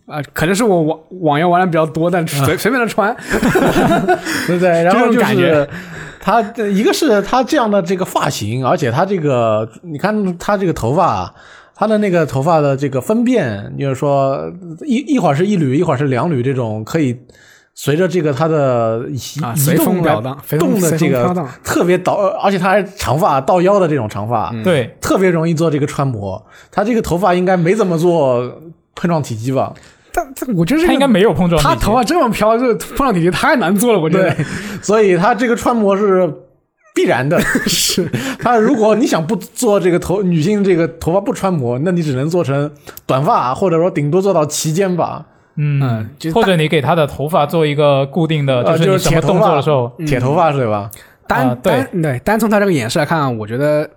S2: 啊、可能是我网网游玩的比较多，但随、随便的穿，
S3: 对不对？然后
S2: 这种
S3: 就
S2: 感
S3: 是
S2: 觉
S3: 他这一个是他这样的这个发型，而且他这个你看他这个头发。他的那个头发的这个分辨，就是说一一会儿是一缕，一会儿是两缕，这种可以随着这个它的移
S2: 啊
S3: 移
S2: 随风
S3: 动
S2: 飘
S3: 来
S2: 荡随风
S3: 动的
S2: 随
S3: 这
S2: 风
S3: 个
S2: 飘荡
S3: 特别倒，而且它还是长发到腰的这种长发，
S2: 嗯
S1: 对，
S3: 特别容易做这个穿模。它这个头发应该没怎么做碰撞体积吧？
S2: 但但我觉得这
S1: 他
S2: 个
S1: 应该没有碰撞力。
S2: 嗯他头发这么飘，这碰撞体积太难做了，我觉
S3: 对
S2: 得，
S3: 所以它这个穿模是必 然的。
S2: 是
S3: 它如果你想不做这个头女性这个头发不穿模，那你只能做成短发，或者说顶多做到齐肩吧。
S1: 嗯
S2: 嗯就是
S1: 或者你给他的头发做一个固定的，
S3: 呃，
S1: 是
S3: 就
S1: 你
S3: 是
S1: 什
S3: 铁
S1: 么
S3: 头
S1: 动
S3: 发
S1: 作的时候，
S3: 铁头发是吧？
S2: 单、
S1: 啊对
S2: 单对单从他这个演示来看，我觉得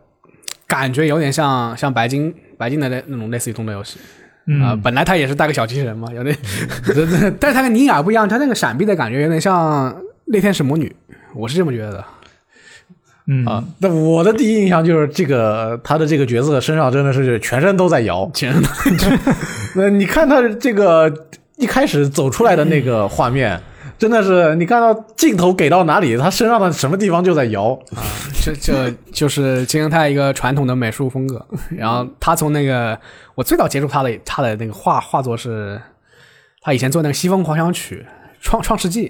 S2: 感觉有点像像白金白金的那那种类似于动作游戏啊、
S1: 嗯，
S2: 本来他也是带个小机器人嘛，有 点，但是他跟尼亚不一样，他那个闪避的感觉有点像猎天使魔女，我是这么觉得的。
S1: 嗯
S3: 啊，那我的第一印象就是这个他的这个角色身上真的是全身都在摇。
S2: 前任的
S3: 那你看他这个一开始走出来的那个画
S1: 嗯
S3: 面，真的是你看到镜头给到哪里，他身上的什么地方就在摇。
S2: 这这就是金圣泰一个传统的美术风格。然后他从那个我最早接触他的他的那个画画作是，他以前做那个西风狂想曲《创创世纪》，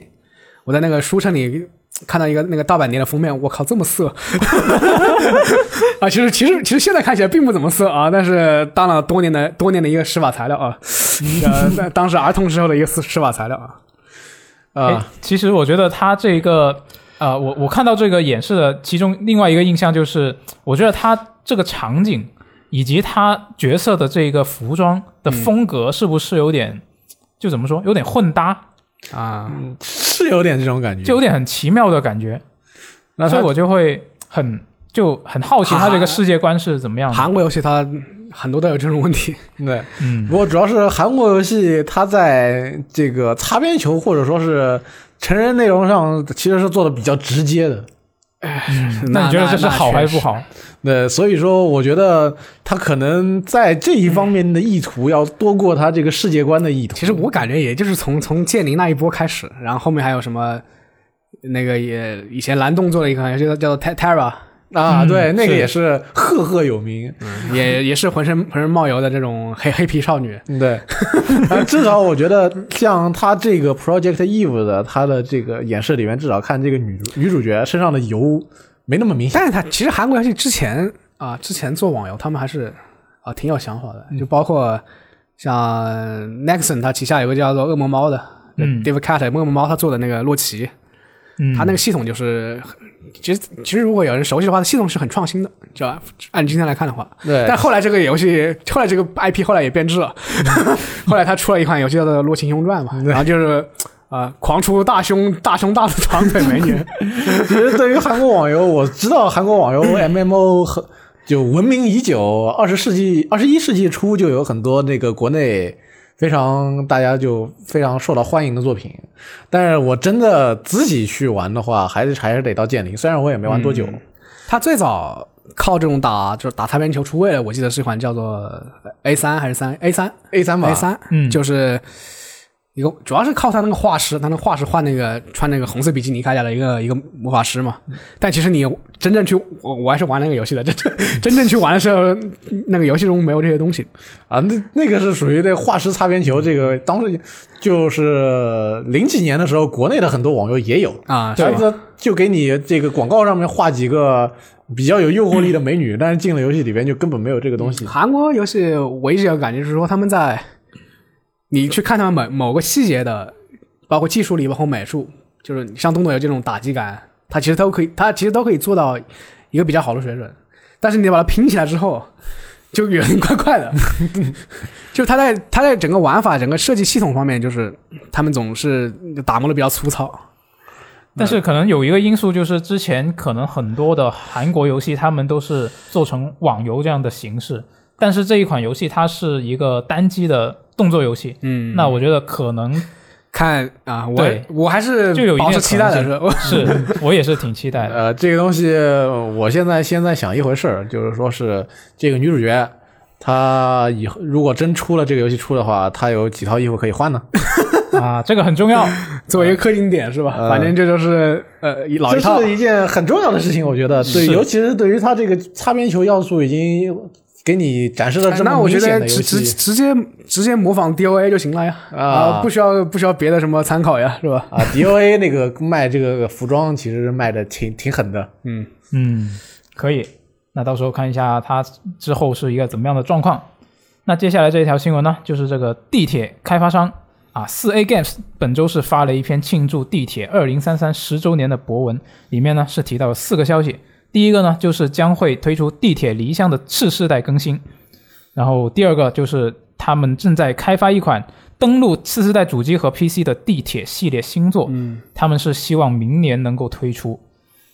S2: 我在那个书城里看到一个那个盗版碟的封面，我靠，这么色 啊！其实其实其实现在看起来并不怎么色啊，但是当了多年的多年的一个施法材料啊，呃，当当时儿童时候的一个施施法材料啊。
S1: 诶
S2: 啊，
S1: 哎其实我觉得他这个，呃，我我看到这个演示的其中另外一个印象就是，我觉得他这个场景以及他角色的这个服装的风格是不是有点，就怎么说，有点混搭，
S2: 啊，
S3: 是有点这种感觉，
S1: 就有点很奇妙的感觉，
S3: 那
S1: 所以
S3: 他
S1: 我就会很就很好奇他这个世界观是怎么样的。
S2: 韩国游戏它很多都有这种问题。
S3: 对，
S1: 嗯，
S3: 不过主要是韩国游戏，它在这个擦边球或者说是成人内容上，其实是做的比较直接的。
S1: 那你觉得这是好还是不
S2: 确实？
S1: 好？
S3: 对，所以说我觉得他可能在这一方面的意图要多过他这个世界观的意图。
S2: 其实我感觉也就是从从剑灵那一波开始，然后后面还有什么那个也以前蓝洞做了一个叫叫做 Te- Terra，
S3: 啊，
S1: 嗯
S3: 对，那个
S1: 是
S3: 也是赫赫有名。
S2: 也也是浑身浑身冒油的这种黑黑皮少女。
S3: 对，但至少我觉得像他这个 Project Eve 的他的这个演示里面，至少看这个女主女主角身上的油没那么明显。
S2: 但是它其实韩国游戏之前啊，之前做网游他们还是啊挺有想法的，
S1: 嗯
S2: 就包括像 Nexon 他旗下有个叫做恶魔猫的。
S1: 嗯
S2: d a v i d Cat 恶魔猫他做的那个洛奇，
S1: 嗯，
S2: 他那个系统就是，其实其实如果有人熟悉的话，系统是很创新的，就按今天来看的话，
S3: 对
S2: 但后来这个游戏，后来这个 IP 后来也变质了， 后来他出了一款游戏叫做《洛奇英雄传》嘛，然后就是呃，狂出大胸、大胸、大长腿美女，
S3: 其实对于韩国网游，我知道韩国网游
S2: 嗯
S3: MMO 很就闻名已久，二十世纪二十一世纪初就有很多那个国内非常大家就非常受到欢迎的作品。但是我真的自己去玩的话，还是还是得到剑灵，虽然我也没玩多久。
S2: 嗯他最早靠这种打就是打擦边球出位的，我记得是一款叫做 A 三还是三 A 三
S3: A 三吧
S2: A 三，
S1: 嗯
S2: 就是一个主要是靠他那个画师，他那个画师画那个穿那个红色比基尼铠甲的一个一个魔法师嘛。但其实你真正去我我还是玩那个游戏的，真正真正去玩的时候，那个游戏中没有这些东西。
S3: 啊，那那个是属于那化石擦边球，这个当时就是零几年的时候，国内的很多网游也有
S2: 啊
S3: 然
S2: 是
S3: 后它就给你这个广告上面画几个比较有诱惑力的美女，但是进了游戏里边就根本没有这个东西。
S2: 韩国游戏我一直有感觉是说他们在你去看他们某某个细节的，包括技术里，包括美术，就是你像动作游戏这种打击感，它其实都可以，它其实都可以做到一个比较好的水准。但是你把它拼起来之后，就有点怪怪的。 就它在它在整个玩法、整个设计系统方面，就是他们总是打磨的比较粗糙。
S1: 但是可能有一个因素就是，之前可能很多的韩国游戏他们都是做成网游这样的形式，但是这一款游戏它是一个单机的动作游戏，
S2: 嗯，
S1: 那我觉得可能
S2: 看啊，我
S1: 对
S2: 我还是
S1: 就有一定
S2: 保
S1: 的
S2: 持期待的
S1: 可能
S2: 是吧，
S1: 是我也是挺期待的。
S3: 呃，这个东西我现在现在想一回事儿，就是说是这个女主角。她以后如果真出了这个游戏出的话，她有几套衣服可以换 呢？
S1: 啊，这个很重要。
S2: 作为一个氪金点是吧？
S3: 呃
S2: 反正这就是呃一老一套
S3: 这是一件很重要的事情，我觉得对，
S1: 是
S3: 尤其是对于他这个擦边球要素已经给你展示的这
S2: 哎那
S3: 么
S2: 我
S3: 明
S2: 觉
S3: 显
S2: 得
S3: 的游
S2: 直直
S3: 戏
S2: 直接直接模仿 DOA 就行了呀，
S3: 啊
S2: 不需要不需要别的什么参考呀，是吧？
S3: 啊，DOA 那个卖这个服装其实卖的挺挺狠的，
S1: 嗯，可以。那到时候看一下它之后是一个怎么样的状况。那接下来这一条新闻呢，就是这个地铁开发商啊，四 A Games 本周是发了一篇庆祝地铁二零三三十周年的博文，里面呢是提到了四个消息。第一个呢，就是将会推出地铁离乡的次世代更新。然后第二个就是他们正在开发一款登陆次世代主机和 PC 的地铁系列新作，嗯，他们是希望明年能够推出。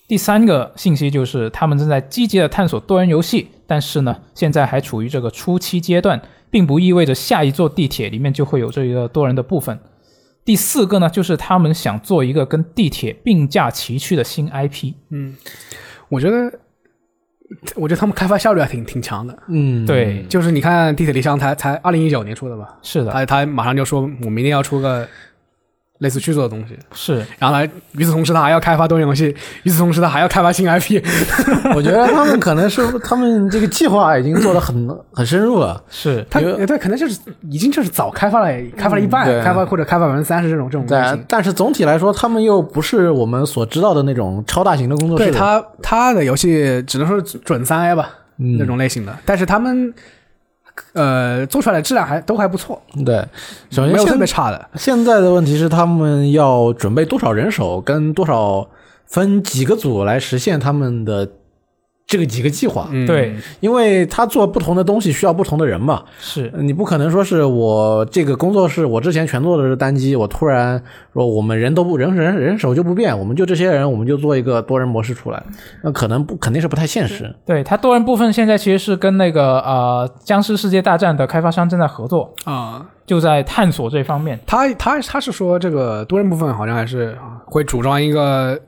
S1: 第三个信息就是，他们正在积极的探索多人游戏，但是呢，现在还处于这个初期阶段，并不意味着下一座地铁里面就会有这一个多人的部分。第四个呢，就是他们想做一个跟地铁并驾齐驱的新 IP。
S2: 我觉得，我觉得他们开发效率还挺挺强的。
S3: 嗯，
S1: 对，
S2: 就是你看《地铁离乡》才才二零一九年出的吧，
S1: 是的，
S2: 他他马上就说我明年要出个类似续作的东西，
S1: 是
S2: 然后他与此同时他还要开发多人游戏，与此同时他还要开发新 IP，
S3: 我觉得他们可能是他们这个计划已经做的很很深入了，
S1: 是，
S2: 他
S3: 因为
S2: 对可能就是已经就是早开发了，开发了一半，
S3: 嗯对啊
S2: 开发或者开发百分之三十这种这种类型
S3: 但。但是总体来说，他们又不是我们所知道的那种超大型的工作室，
S2: 对他他的游戏只能说准三 A 吧、
S3: 嗯
S2: 那种类型的，但是他们呃做出来的质量还都还不错，
S3: 对，首
S2: 没
S3: 先
S2: 有特
S3: 现
S2: 别差的。
S3: 现在的问题是他们要准备多少人手，跟多少分几个组来实现他们的这个几个计划，
S2: 嗯，
S1: 对，
S3: 因为他做不同的东西需要不同的人嘛，
S1: 是，
S3: 你不可能说是我这个工作室，我之前全做的是单机，我突然说我们人都不人人人手就不变，我们就这些人，我们就做一个多人模式出来，那可能不肯定是不太现实。
S1: 对它多人部分现在其实是跟那个呃《僵尸世界大战》的开发商正在合作，
S2: 啊、
S1: 就在探索这方面。
S2: 他他他是说这个多人部分好像还是会主张一个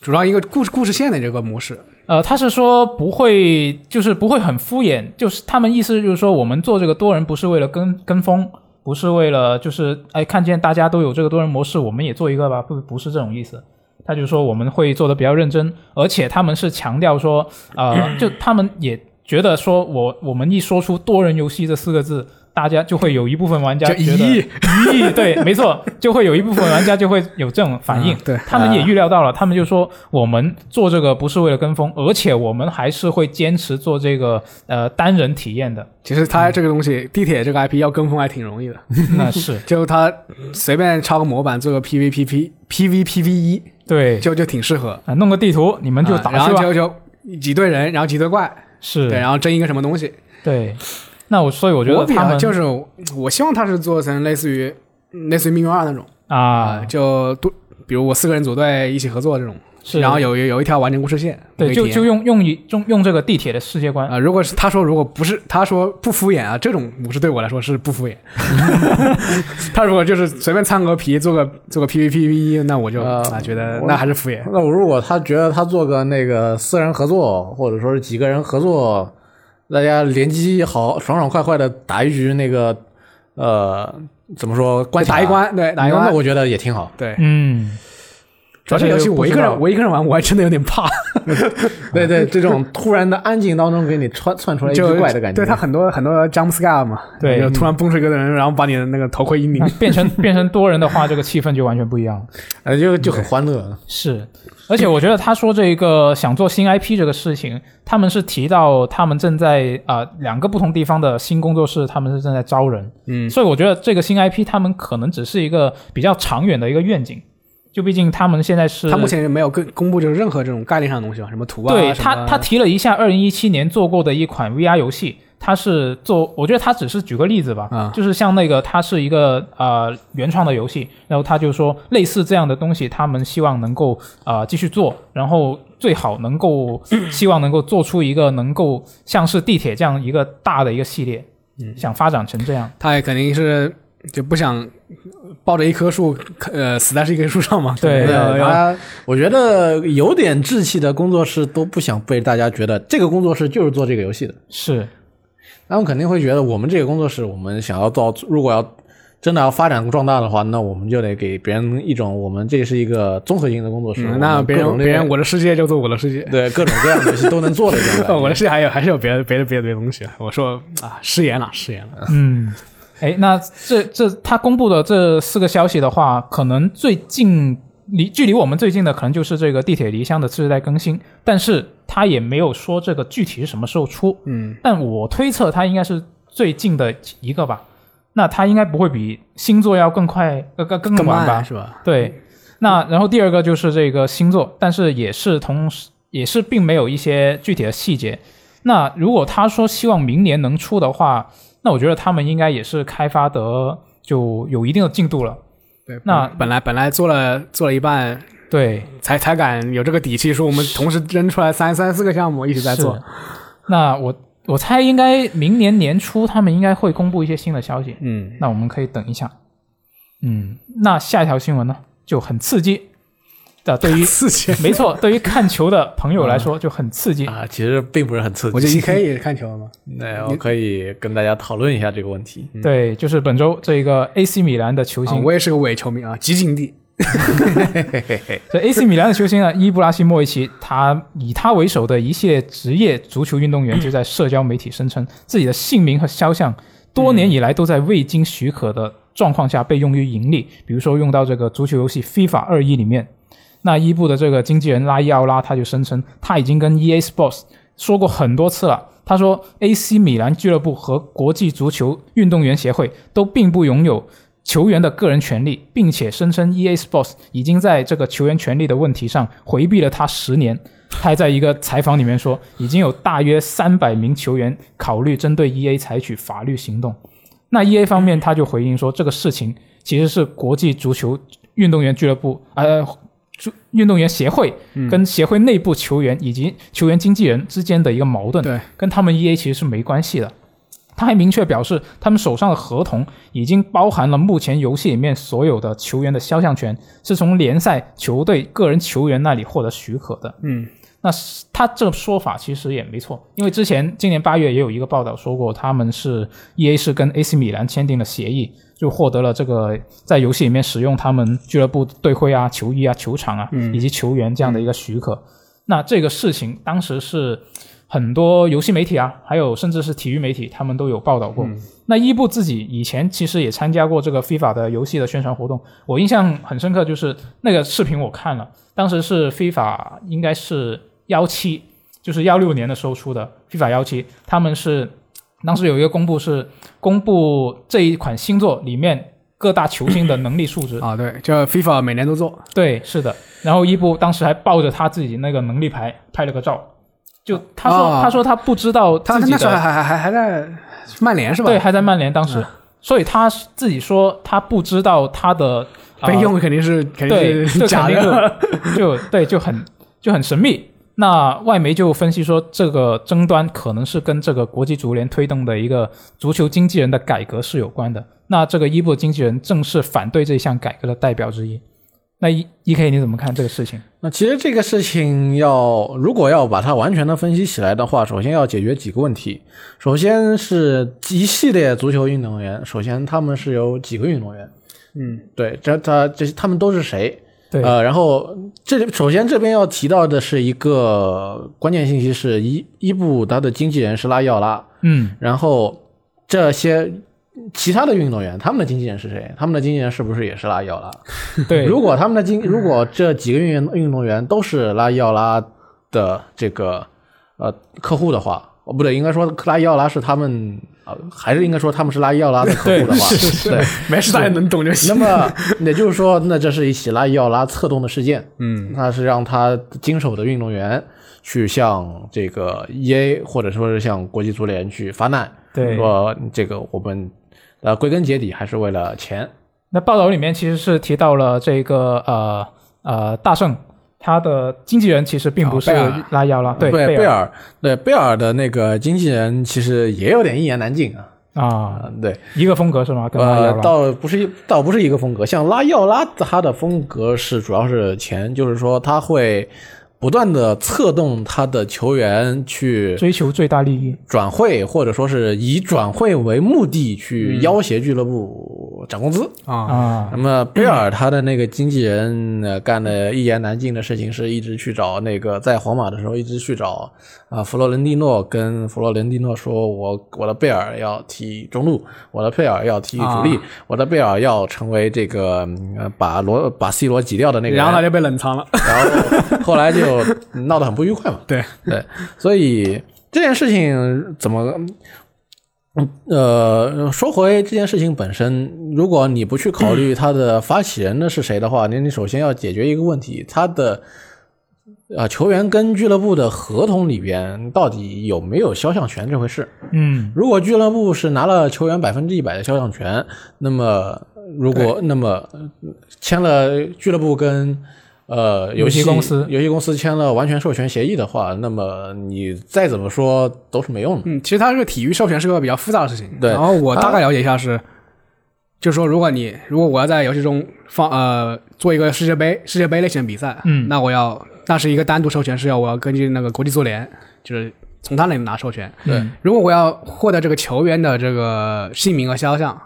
S2: 主张一个故事故事线的这个模式，
S1: 呃，他是说不会，就是不会很敷衍，就是他们意思就是说，我们做这个多人不是为了跟跟风，不是为了就是哎看见大家都有这个多人模式，我们也做一个吧，不不是这种意思。他就说我们会做的比较认真，而且他们是强调说，呃，就他们也觉得说我我们一说出多人游戏这四个字，大家就会有一部分玩家
S2: 就
S1: 觉得
S2: 咦，
S1: 咦，对，没错，就会有一部分玩家就会有这种反应。
S2: 嗯对
S1: 他们也预料到了，他们就说我们做这个不是为了跟风，而且我们还是会坚持做这个呃单人体验 的。
S2: 其实
S1: 嗯
S2: 他这个东西、地铁这个 IP 要跟风还挺容易的，
S1: 那是
S2: 就他随便抄个模板做个 PVPP PVPV 一
S1: 对
S2: 就就挺适合，
S1: 啊，弄个地图，你们就
S2: 啊然
S1: 打去
S2: 后
S1: 吧。
S2: 就就几队人，然后几队怪，
S1: 是，
S2: 对，然后争一个什么东西。
S1: 对那我所以我觉得
S2: 我比
S1: 他
S2: 较
S1: 们
S2: 就是我希望他是做成类似于嗯类似于命运二那种
S1: 啊，
S2: 就多比如我四个人组队一起合作这种，
S1: 是
S2: 然后有有一条完整故事线可
S1: 对，
S2: 以体验，
S1: 就就用用一用用这个地铁的世界观
S2: 啊、如果是他说如果不是他说不敷衍啊，这种模式对我来说是 不敷衍。他如果就是随便掺个皮做个做个 PVPVE，那我就
S3: 呃
S2: 啊、觉得
S3: 我
S2: 那还是敷衍。
S3: 那我如果他觉得他做个那个私人合作，或者说是几个人合作，大家联机好爽爽快快的打一局那个呃怎么说关卡
S2: 打一关，对，打一
S3: 那
S2: 关
S3: 那。我觉得也挺好。
S2: 对，
S1: 嗯，
S2: 主要这个游戏
S1: 但是
S2: 我一
S1: 不
S2: 个
S1: 知
S2: 人
S1: 道
S2: 我一个人玩，我还真的有点怕。
S3: 对对，这种突然的安静当中给你窜窜出来一
S2: 就
S3: 只怪的感觉，
S2: 对他很多很多 jump scare 嘛，
S1: 对嗯
S2: 就突然蹦出一个人，然后把你的那个头盔一拧
S1: 那，变成变成多人的话，这个气氛就完全不一样了。
S3: 呃就就很欢乐。
S1: 是，而且我觉得他说这个想做新 IP 这个事情，他们是提到他们正在啊、呃两个不同地方的新工作室，他们是正在招人，
S2: 嗯，
S1: 所以我觉得这个新 IP 他们可能只是一个比较长远的一个愿景，就毕竟他们现在是
S2: 他目前没有公公布就是任何这种概念上的东西吧，什么图啊，
S1: 对
S2: 什
S1: 他
S2: 么
S1: 他提了一下二零一七年做过的一款 VR 游戏，他是做，我觉得他只是举个例子吧，
S2: 啊
S1: 就是像那个它是一个呃原创的游戏，然后他就说类似这样的东西，他们希望能够啊、呃继续做，然后最好能够希望能够做出一个能够像是地铁这样一个大的一个系列，嗯、想发展成这样，
S2: 他也肯定是就不想抱着一棵树，呃，死在这一棵树上嘛。
S1: 对
S2: 可能要要
S3: 他我觉得有点志气的工作室都不想被大家觉得这个工作室就是做这个游戏的，
S1: 是
S3: 他们肯定会觉得我们这个工作室，我们想要到，如果要真的要发展壮大的话，那我们就得给别人一种我们这是一个综合性的工作室，我
S2: 嗯
S3: 们
S2: 那别
S3: 各种
S2: 人
S3: 类
S2: 别人我的世界就做我的世界，
S3: 对各种各样的东西都能做的这种感
S2: 哦，我
S3: 觉。
S2: 的世界还有还是有别的别的别的别的东西。我说啊，失言了，失言了。
S1: 嗯，哎，那这这他公布的这四个消息的话，可能最近离距离我们最近的可能就是这个地铁离乡的次世代更新，但是他也没有说这个具体是什么时候出。
S2: 嗯，
S1: 但我推测它应该是最近的一个吧。那它应该不会比星座要更快、呃更更
S2: 更
S1: 晚
S2: 慢
S1: 吧？
S2: 是吧？
S1: 对。那然后第二个就是这个星座，但是也是同时也是并没有一些具体的细节。那如果他说希望明年能出的话，那我觉得他们应该也是开发得就有一定的进度了。
S2: 对，
S1: 那
S2: 本本来本来做了做了一半，
S1: 对，
S2: 才才敢有这个底气说我们同时扔出来三三四个项目一起在做
S1: 是。。那我我猜应该明年年初他们应该会公布一些新的消息。
S2: 嗯，
S1: 那我们可以等一下。嗯，那下一条新闻呢，就很刺激的，对于
S2: 刺激
S1: 没错，对于看球的朋友来说就很刺激。
S3: 啊，其实并不是很 刺激。
S2: 我觉得 E K 也是看球嘛，
S3: 那我可以跟大家讨论一下这个问题。
S1: 对，就是本周这个 AC 米兰的球
S2: 嗯啊
S1: 星，
S2: 我也是个伪球迷啊，集锦地。
S1: 这 AC 米兰的球星呢，伊布拉希莫维奇，他以他为首的一些职业足球运动员就在社交媒体声称，自己的姓名和肖像多年以来都在未经许可的状况下被用于盈利，比如说用到这个足球游戏 FIFA 二一里面。那伊布的这个经纪人拉伊奥拉他就声称，他已经跟 EA Sports 说过很多次了。他说，AC 米兰俱乐部和国际足球运动员协会都并不拥有球员的个人权利，并且声称 EA Sports 已经在这个球员权利的问题上回避了他十年。他还在一个采访里面说，已经有大约三百名球员考虑针对 EA 采取法律行动。那 EA 方面他就回应说，这个事情其实是国际足球运动员俱乐部呃。足运动员协会跟协会内部球员以及球员经纪人之间的一个矛盾，
S2: 对，
S1: 跟他们 EA 其实是没关系的。他还明确表示，他们手上的合同已经包含了目前游戏里面所有的球员的肖像权，是从联赛、球队、个人球员那里获得许可的。
S2: 嗯，
S1: 那是他这个说法其实也没错，因为之前今年八月也有一个报道说过，他们是 E A 是跟 AC 米兰签订了协议，就获得了这个在游戏里面使用他们俱乐部队徽啊、球衣啊、球场啊、以及球员这样的一个许可。那这个事情当时是很多游戏媒体啊，还有甚至是体育媒体，他们都有报道过。那伊布自己以前其实也参加过这个 FIFA 的游戏的宣传活动，我印象很深刻，就是那个视频我看了，当时是 FIFA 应该是幺七，就是幺六年的时候出的 FIFA 幺七，他们是当时有一个公布是公布这一款星座里面各大球星的能力数值，
S2: 啊，对，这 FIFA 每年都做，
S1: 对，是的。然后伊布当时还抱着他自己那个能力牌拍了个照，就他说、
S2: 啊
S1: 他说他不知道
S2: 他
S1: 自
S2: 他
S1: 己
S2: 那时候还
S1: 的
S2: 还还还在曼联是吧？嗯
S1: 对，还在曼联当时，所以他自己说他不知道他的、呃、
S2: 被用肯定是肯定
S1: 对，
S2: 是
S1: 这
S2: 假
S1: 肯定
S2: 的。
S1: 就就对就很就很神秘。那外媒就分析说，这个争端可能是跟这个国际足联推动的一个足球经纪人的改革是有关的。那这个伊布经纪人正是反对这项改革的代表之一。那 E E K 你怎么看这个事情？
S3: 那其实这个事情要，如果要把它完全的分析起来的话，首先要解决几个问题。首先是一系列足球运动员，首先他们是有几个运动员，
S2: 嗯，
S3: 对，这他这他们都是谁？
S1: 对，
S3: 呃，然后这里首先这边要提到的是一个关键信息是伊伊布他的经纪人是拉伊奥拉，
S1: 嗯，
S3: 然后这些其他的运动员他们的经纪人是谁？他们的经纪人是不是也是拉伊奥拉？
S1: 对，
S3: 如果他们的经，如果这几个运员运动员都是拉伊奥拉的这个呃客户的话，哦不对，应该说拉伊奥拉是他们，呃还是应该说他们是拉伊奥拉的客户的话，对。
S2: 没事，大家能懂就行。
S3: 那么也就是说，那这是一起拉伊奥拉策动的事件，
S2: 嗯，
S3: 那是让他经手的运动员去向这个 E A 或者说是向国际足联去发难，
S1: 对
S3: 说这个我们呃归根结底还是为了钱，
S1: 那报道里面其实是提到了这个呃呃大圣，他的经纪人其实并不是
S2: 哦贝尔
S1: 拉伊奥拉，对
S3: 贝
S1: 贝尔
S3: 尔，对贝尔的那个经纪人其实也有点一言难尽啊。
S1: 啊，
S3: 啊，对，
S1: 一个风格是吗？跟拉伊
S3: 呃
S1: 奥，拉，
S3: 倒不是一倒不是一个风格，像拉药拉他的风格是主要是钱，就是说他会不断的策动他的球员去
S1: 追求最大利益，嗯
S3: 转会，或者说是以转会为目的去要挟俱乐部涨工资。
S2: 啊，
S1: 啊
S3: 那么贝尔他的那个经纪人呃干的一言难尽的事情，是一直去找那个在皇马的时候一直去找啊弗洛伦蒂诺，跟弗洛伦蒂诺说我我的贝尔要踢中路，我的贝尔要踢主力，
S2: 啊
S3: 我的贝尔要成为这个嗯呃把罗把 C 罗挤掉的那个人。
S2: 然后他就被冷藏了。
S3: 然后后来就闹得很不愉快嘛。
S2: 对
S3: 对，所以这件事情怎么？嗯呃，说回这件事情本身，如果你不去考虑它的发起人的是谁的话，那你首先要解决一个问题，他的啊、呃球员跟俱乐部的合同里边到底有没有肖像权这回事？
S1: 嗯
S3: 如果俱乐部是拿了球员百分之一百的肖像权，那么如果那么呃签了俱乐部跟呃游戏
S1: 游戏公司
S3: 游戏公司签了完全授权协议的话，那么你再怎么说都是没用的。
S2: 嗯，其实它这个体育授权是个比较复杂的事情。
S3: 对
S2: 然后我大概了解一下是，就是说，如果你如果我要在游戏中放呃做一个世界杯世界杯类型的比赛，
S1: 嗯
S2: 那我要那是一个单独授权，是要我要根据那个国际足联，就是从他那里拿授权。
S3: 对
S1: 嗯
S2: 如果我要获得这个球员的这个姓名和肖像，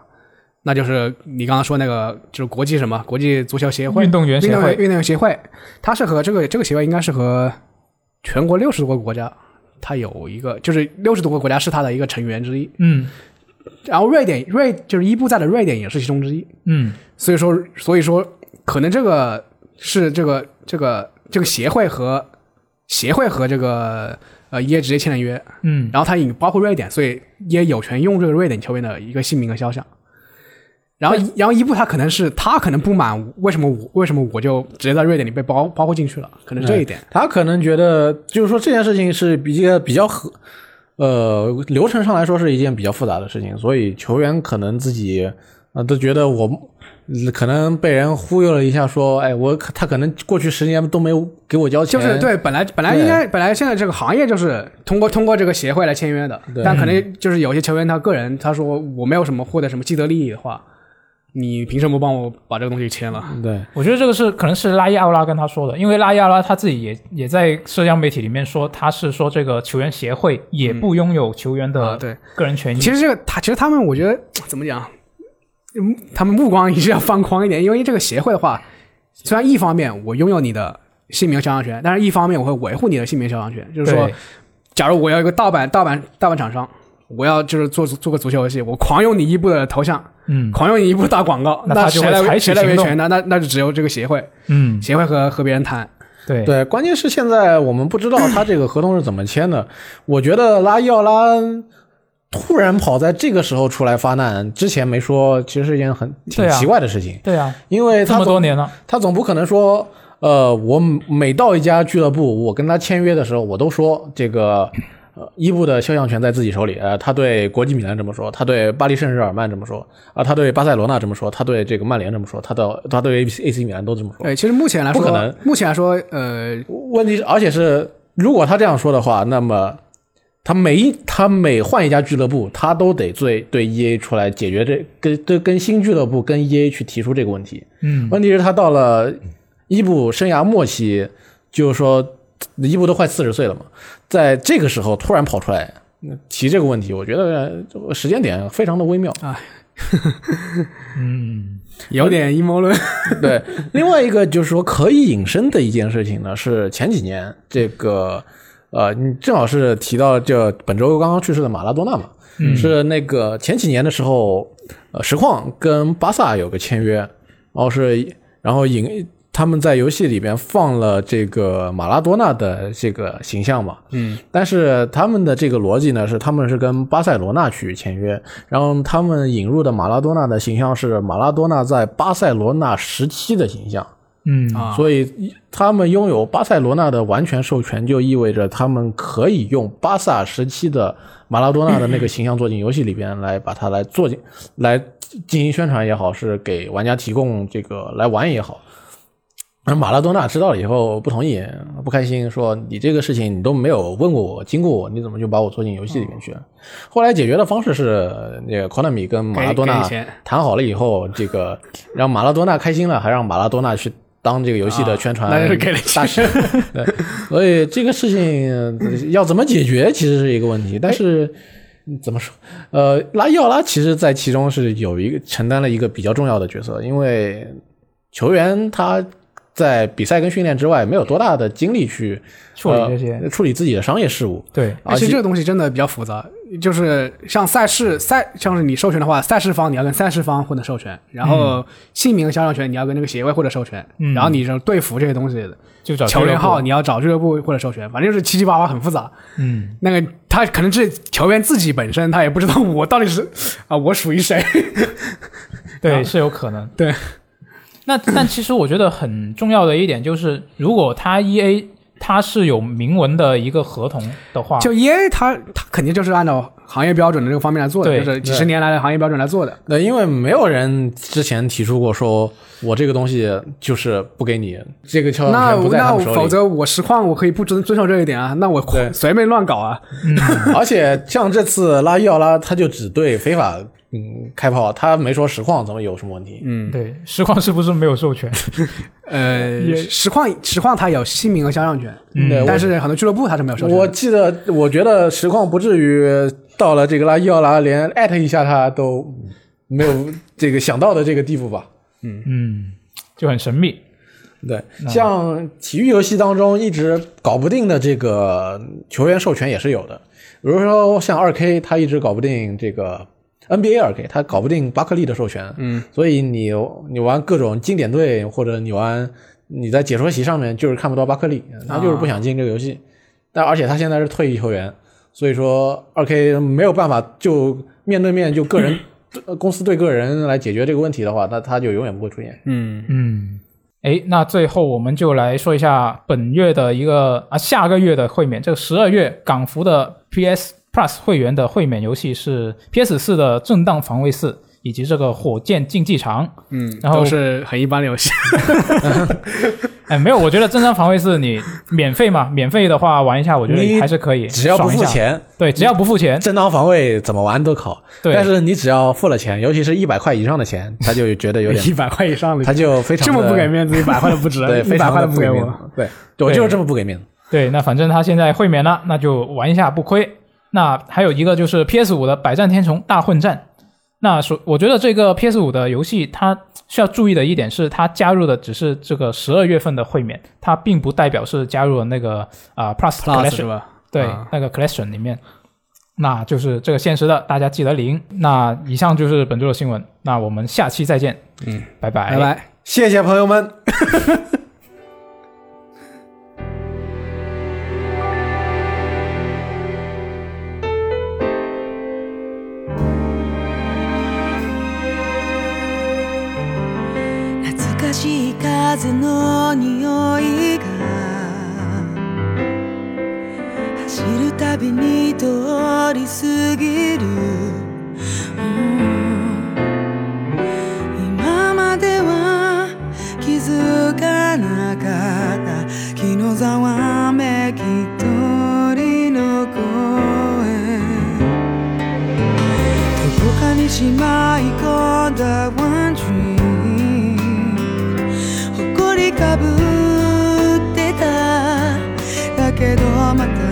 S2: 那就是你刚刚说那个就是国际什么国际足球协会
S1: 运动员协
S2: 运动员
S1: 会
S2: 运动员协会，它是和这个这个协会应该是和全国六十多个国家，它有一个就是六十多个国家是它的一个成员之一。
S1: 嗯
S2: 然后瑞典瑞就是伊布在的瑞典也是其中之一，
S1: 嗯
S2: 所以说所以说可能这个是这个这个这个协会和协会和这个呃 EA 直接签了约，
S1: 嗯
S2: 然后它也包括瑞典，所以也有权用这个瑞典球员的一个姓名和肖像。然后，然后伊布他可能是他可能不满，为什么我为什么我就直接在瑞典里被包包括进去了？可能这一点，
S3: 他可能觉得，就是说这件事情是比较比较合，呃，流程上来说是一件比较复杂的事情，所以球员可能自己啊、呃都觉得我嗯可能被人忽悠了一下，说，哎，我可他可能过去十年都没有给我交钱，
S2: 就是对本来本来应该本来现在这个行业就是通过通过这个协会来签约的，
S3: 对
S2: 但可能就是有些球员他个人他说我没有什么获得什么既得利益的话，你凭什么帮我把这个东西签了？
S3: 对。
S1: 我觉得这个是可能是拉伊奥拉跟他说的，因为拉伊奥拉他自己也也在社交媒体里面说，他是说这个球员协会也不拥有球员
S2: 嗯啊，
S1: 的
S2: 对，
S1: 个人权益。
S2: 其实这个他，其实他们，我觉得怎么讲，嗯他们目光也是要放宽一点，因为这个协会的话，虽然一方面我拥有你的姓名肖像权，但是一方面我会维护你的姓名肖像权，就是说
S1: 对，，
S2: 假如我要一个盗版、盗版、盗版厂商，我要就是做做个足球游戏，我狂用你伊布的头像，
S1: 嗯
S2: 狂用你伊布打广告，
S1: 那
S2: 那
S1: 他就
S2: 谁
S1: 会
S2: 来
S1: 采取
S2: 谁来维
S1: 行动
S2: 权呢？那那就只有这个协会，
S1: 嗯，
S2: 协会和和别人谈，
S1: 对，
S3: 对，关键是现在我们不知道他这个合同是怎么签的。我觉得拉伊奥拉突然跑在这个时候出来发难，之前没说，其实是一件很挺
S1: 对啊
S3: 奇怪的事情，
S1: 对啊，
S3: 因
S1: 这
S3: 为他
S1: 么
S3: 总
S1: 多年了，
S3: 他总不可能说。呃，我每到一家俱乐部，我跟他签约的时候，我都说这个，呃，伊布的肖像权在自己手里。呃，他对国际米兰这么说，他对巴黎圣日耳曼这么说，啊、他对巴塞罗那这么说，他对这个曼联这么说，他的他对 A C 米兰都这么说。
S2: 对，其实目前来
S3: 不可
S2: 说
S3: 能，
S2: 目前来说，呃，
S3: 问题是，而且是如果他这样说的话，那么他每一他每换一家俱乐部，他都得对对 E A 出来解决这跟对跟新俱乐部跟 E A 去提出这个问题。
S1: 嗯
S3: 问题是，他到了伊布生涯末期，就是说伊布都快四十岁了嘛，在这个时候突然跑出来嗯提这个问题，我觉得呃时间点非常的微妙。
S1: 嗯
S2: 有点阴谋论，
S3: 对，另外一个就是说可以引申的一件事情呢，是前几年这个，呃，你正好是提到这本周刚刚去世的马拉多纳嘛，是那个前几年的时候，呃，实况跟巴萨有个签约，然后是然后引他们在游戏里边放了这个马拉多纳的这个形象嘛，
S2: 嗯，
S3: 但是他们的这个逻辑呢，是他们是跟巴塞罗那去签约，然后他们引入的马拉多纳的形象是马拉多纳在巴塞罗那时期的形象，
S1: 嗯
S2: 啊
S3: 所以他们拥有巴塞罗那的完全授权，就意味着他们可以用巴萨时期的马拉多纳的那个形象做进游戏里边来，把它来做进来进行宣传也好，是给玩家提供这个来玩也好。而马拉多纳知道了以后不同意，不开心，说你这个事情你都没有问过我，经过我，你怎么就把我做进游戏里面去了？
S2: 嗯
S3: 后来解决的方式是，那个 Konami 跟马拉多
S2: 给
S3: 纳
S2: 给钱
S3: 谈好了以后，这个让马拉多纳开心了，还让马拉多纳去当这个游戏的宣传
S2: 啊那就是给了钱
S3: 大 使。对，所以这个事情呃要怎么解决其实是一个问题，但是怎么说？呃，拉伊奥拉其实在其中是有一个承担了一个比较重要的角色，因为球员他在比赛跟训练之外没有多大的精力去
S1: 处理这些
S3: 呃处理自己的商业事务。
S1: 对，
S2: 而哎且这个东西真的比较复杂，就是像赛事赛，像是你授权的话，赛事方你要跟赛事方获得授权，然后姓名肖像权你要跟那个协会获得授权，
S1: 嗯
S2: 然后你这队服这些东西，
S1: 就找
S2: 球员
S1: 俱
S2: 号
S1: 乐部
S2: 你要找俱乐部获得授权，反正就是七七八八很复杂。
S1: 嗯，
S2: 那个他可能是球员自己本身他也不知道我到底是啊我属于谁，
S1: 对，是有可能。
S2: 对，
S1: 那但其实我觉得很重要的一点就是，如果他 E A 他是有明文的一个合同的话，
S2: 就 E A 他他肯定就是按照行业标准的这个方面来做的，
S1: 对
S2: 就是几十年来的行业标准来做的。
S3: 那因为没有人之前提出过说我这个东西就是不给你，这个肖像
S2: 那
S3: 嗯权不在他
S2: 那
S3: 们手里。
S2: 否则我实况我可以不遵遵守这一点啊，那我
S3: 对
S2: 随便乱搞啊。
S3: 而且像这次拉伊奥拉，他就只对非法嗯开炮，他没说实况怎么有什么问题。
S2: 嗯，
S1: 对实况是不是没有授权？
S2: 呃
S1: 也，
S2: 实况实况它有姓名和肖像权，
S1: 嗯
S3: 对，
S2: 但
S3: 我
S2: 是很多俱乐部它是没有授权
S3: 我
S2: 的。
S3: 记得，我觉得实况不至于到了这个拉伊奥拉连艾特一下他都没有这个想到的这个地步吧？
S1: 嗯，就很神秘。
S3: 对，像体育游戏当中一直搞不定的这个球员授权也是有的，比如说像二 K，他一直搞不定这个 NBA 二 K，他搞不定巴克利的授权，嗯，所以你你玩各种经典队或者你玩你在解说席上面就是看不到巴克利，他就是不想进这个游戏，但而且他现在是退役球员，所以说二 K 没有办法就面对面就个 人、呃公司对个人来解决这个问题的话，那他就永远不会出现。
S2: 嗯，
S1: 嗯，诶，那最后我们就来说一下本月的一个啊，下个月的会免。这个十二月港服的 PS Plus 会员的会免游戏是 PS 四的《正当防卫四》，以及这个《火箭竞技场》。
S2: 嗯，
S1: 然后
S2: 都是很一般的游戏。
S1: 哎，没有，我觉得《正当防卫四》你免费嘛，免费的话玩一下，我觉得
S3: 你
S1: 还是可以，
S3: 只要不
S1: 爽一
S3: 付
S1: 下，
S3: 钱，
S1: 对，只要不付钱，
S3: 正当防卫怎么玩都考，
S1: 对
S3: 但是你只要付了钱，尤其是一百块以上的钱，他就觉得有 点
S2: 一，百块以上的，
S3: 他就非常
S2: 这
S3: 地
S2: 么不给面子，一百块都不值，
S3: 对，
S2: 一
S3: 非
S2: 百
S3: 常
S2: 块
S3: 的
S2: 都不
S3: 给
S2: 给
S3: 面
S2: 我。
S3: 子。对，对我就是这么不给面子。
S1: 对，那反正他现在会免了，那就玩一下不亏。那还有一个就是 PS 五的《百战天虫大混战》，那说我觉得这个 PS 五的游戏它需要注意的一点是，它加入的只是这个十二月份的会免，它并不代表是加入了那个啊、呃 Plus
S2: Plus
S1: Collection
S2: 是吧？
S1: 对、
S2: 啊
S1: 那个 Collection 里面。那就是这个限时的，大家记得领。那以上就是本周的新闻，那我们下期再见。嗯，拜拜，
S2: 拜拜。
S3: 谢谢朋友们。
S4: 懐かしい風の匂いが走るたびに通り過ぎる、うん今までは気づかなかった気のざわめき一人の声どこかにしまい込んだ One Dream 誇りかぶってただけどまた 아.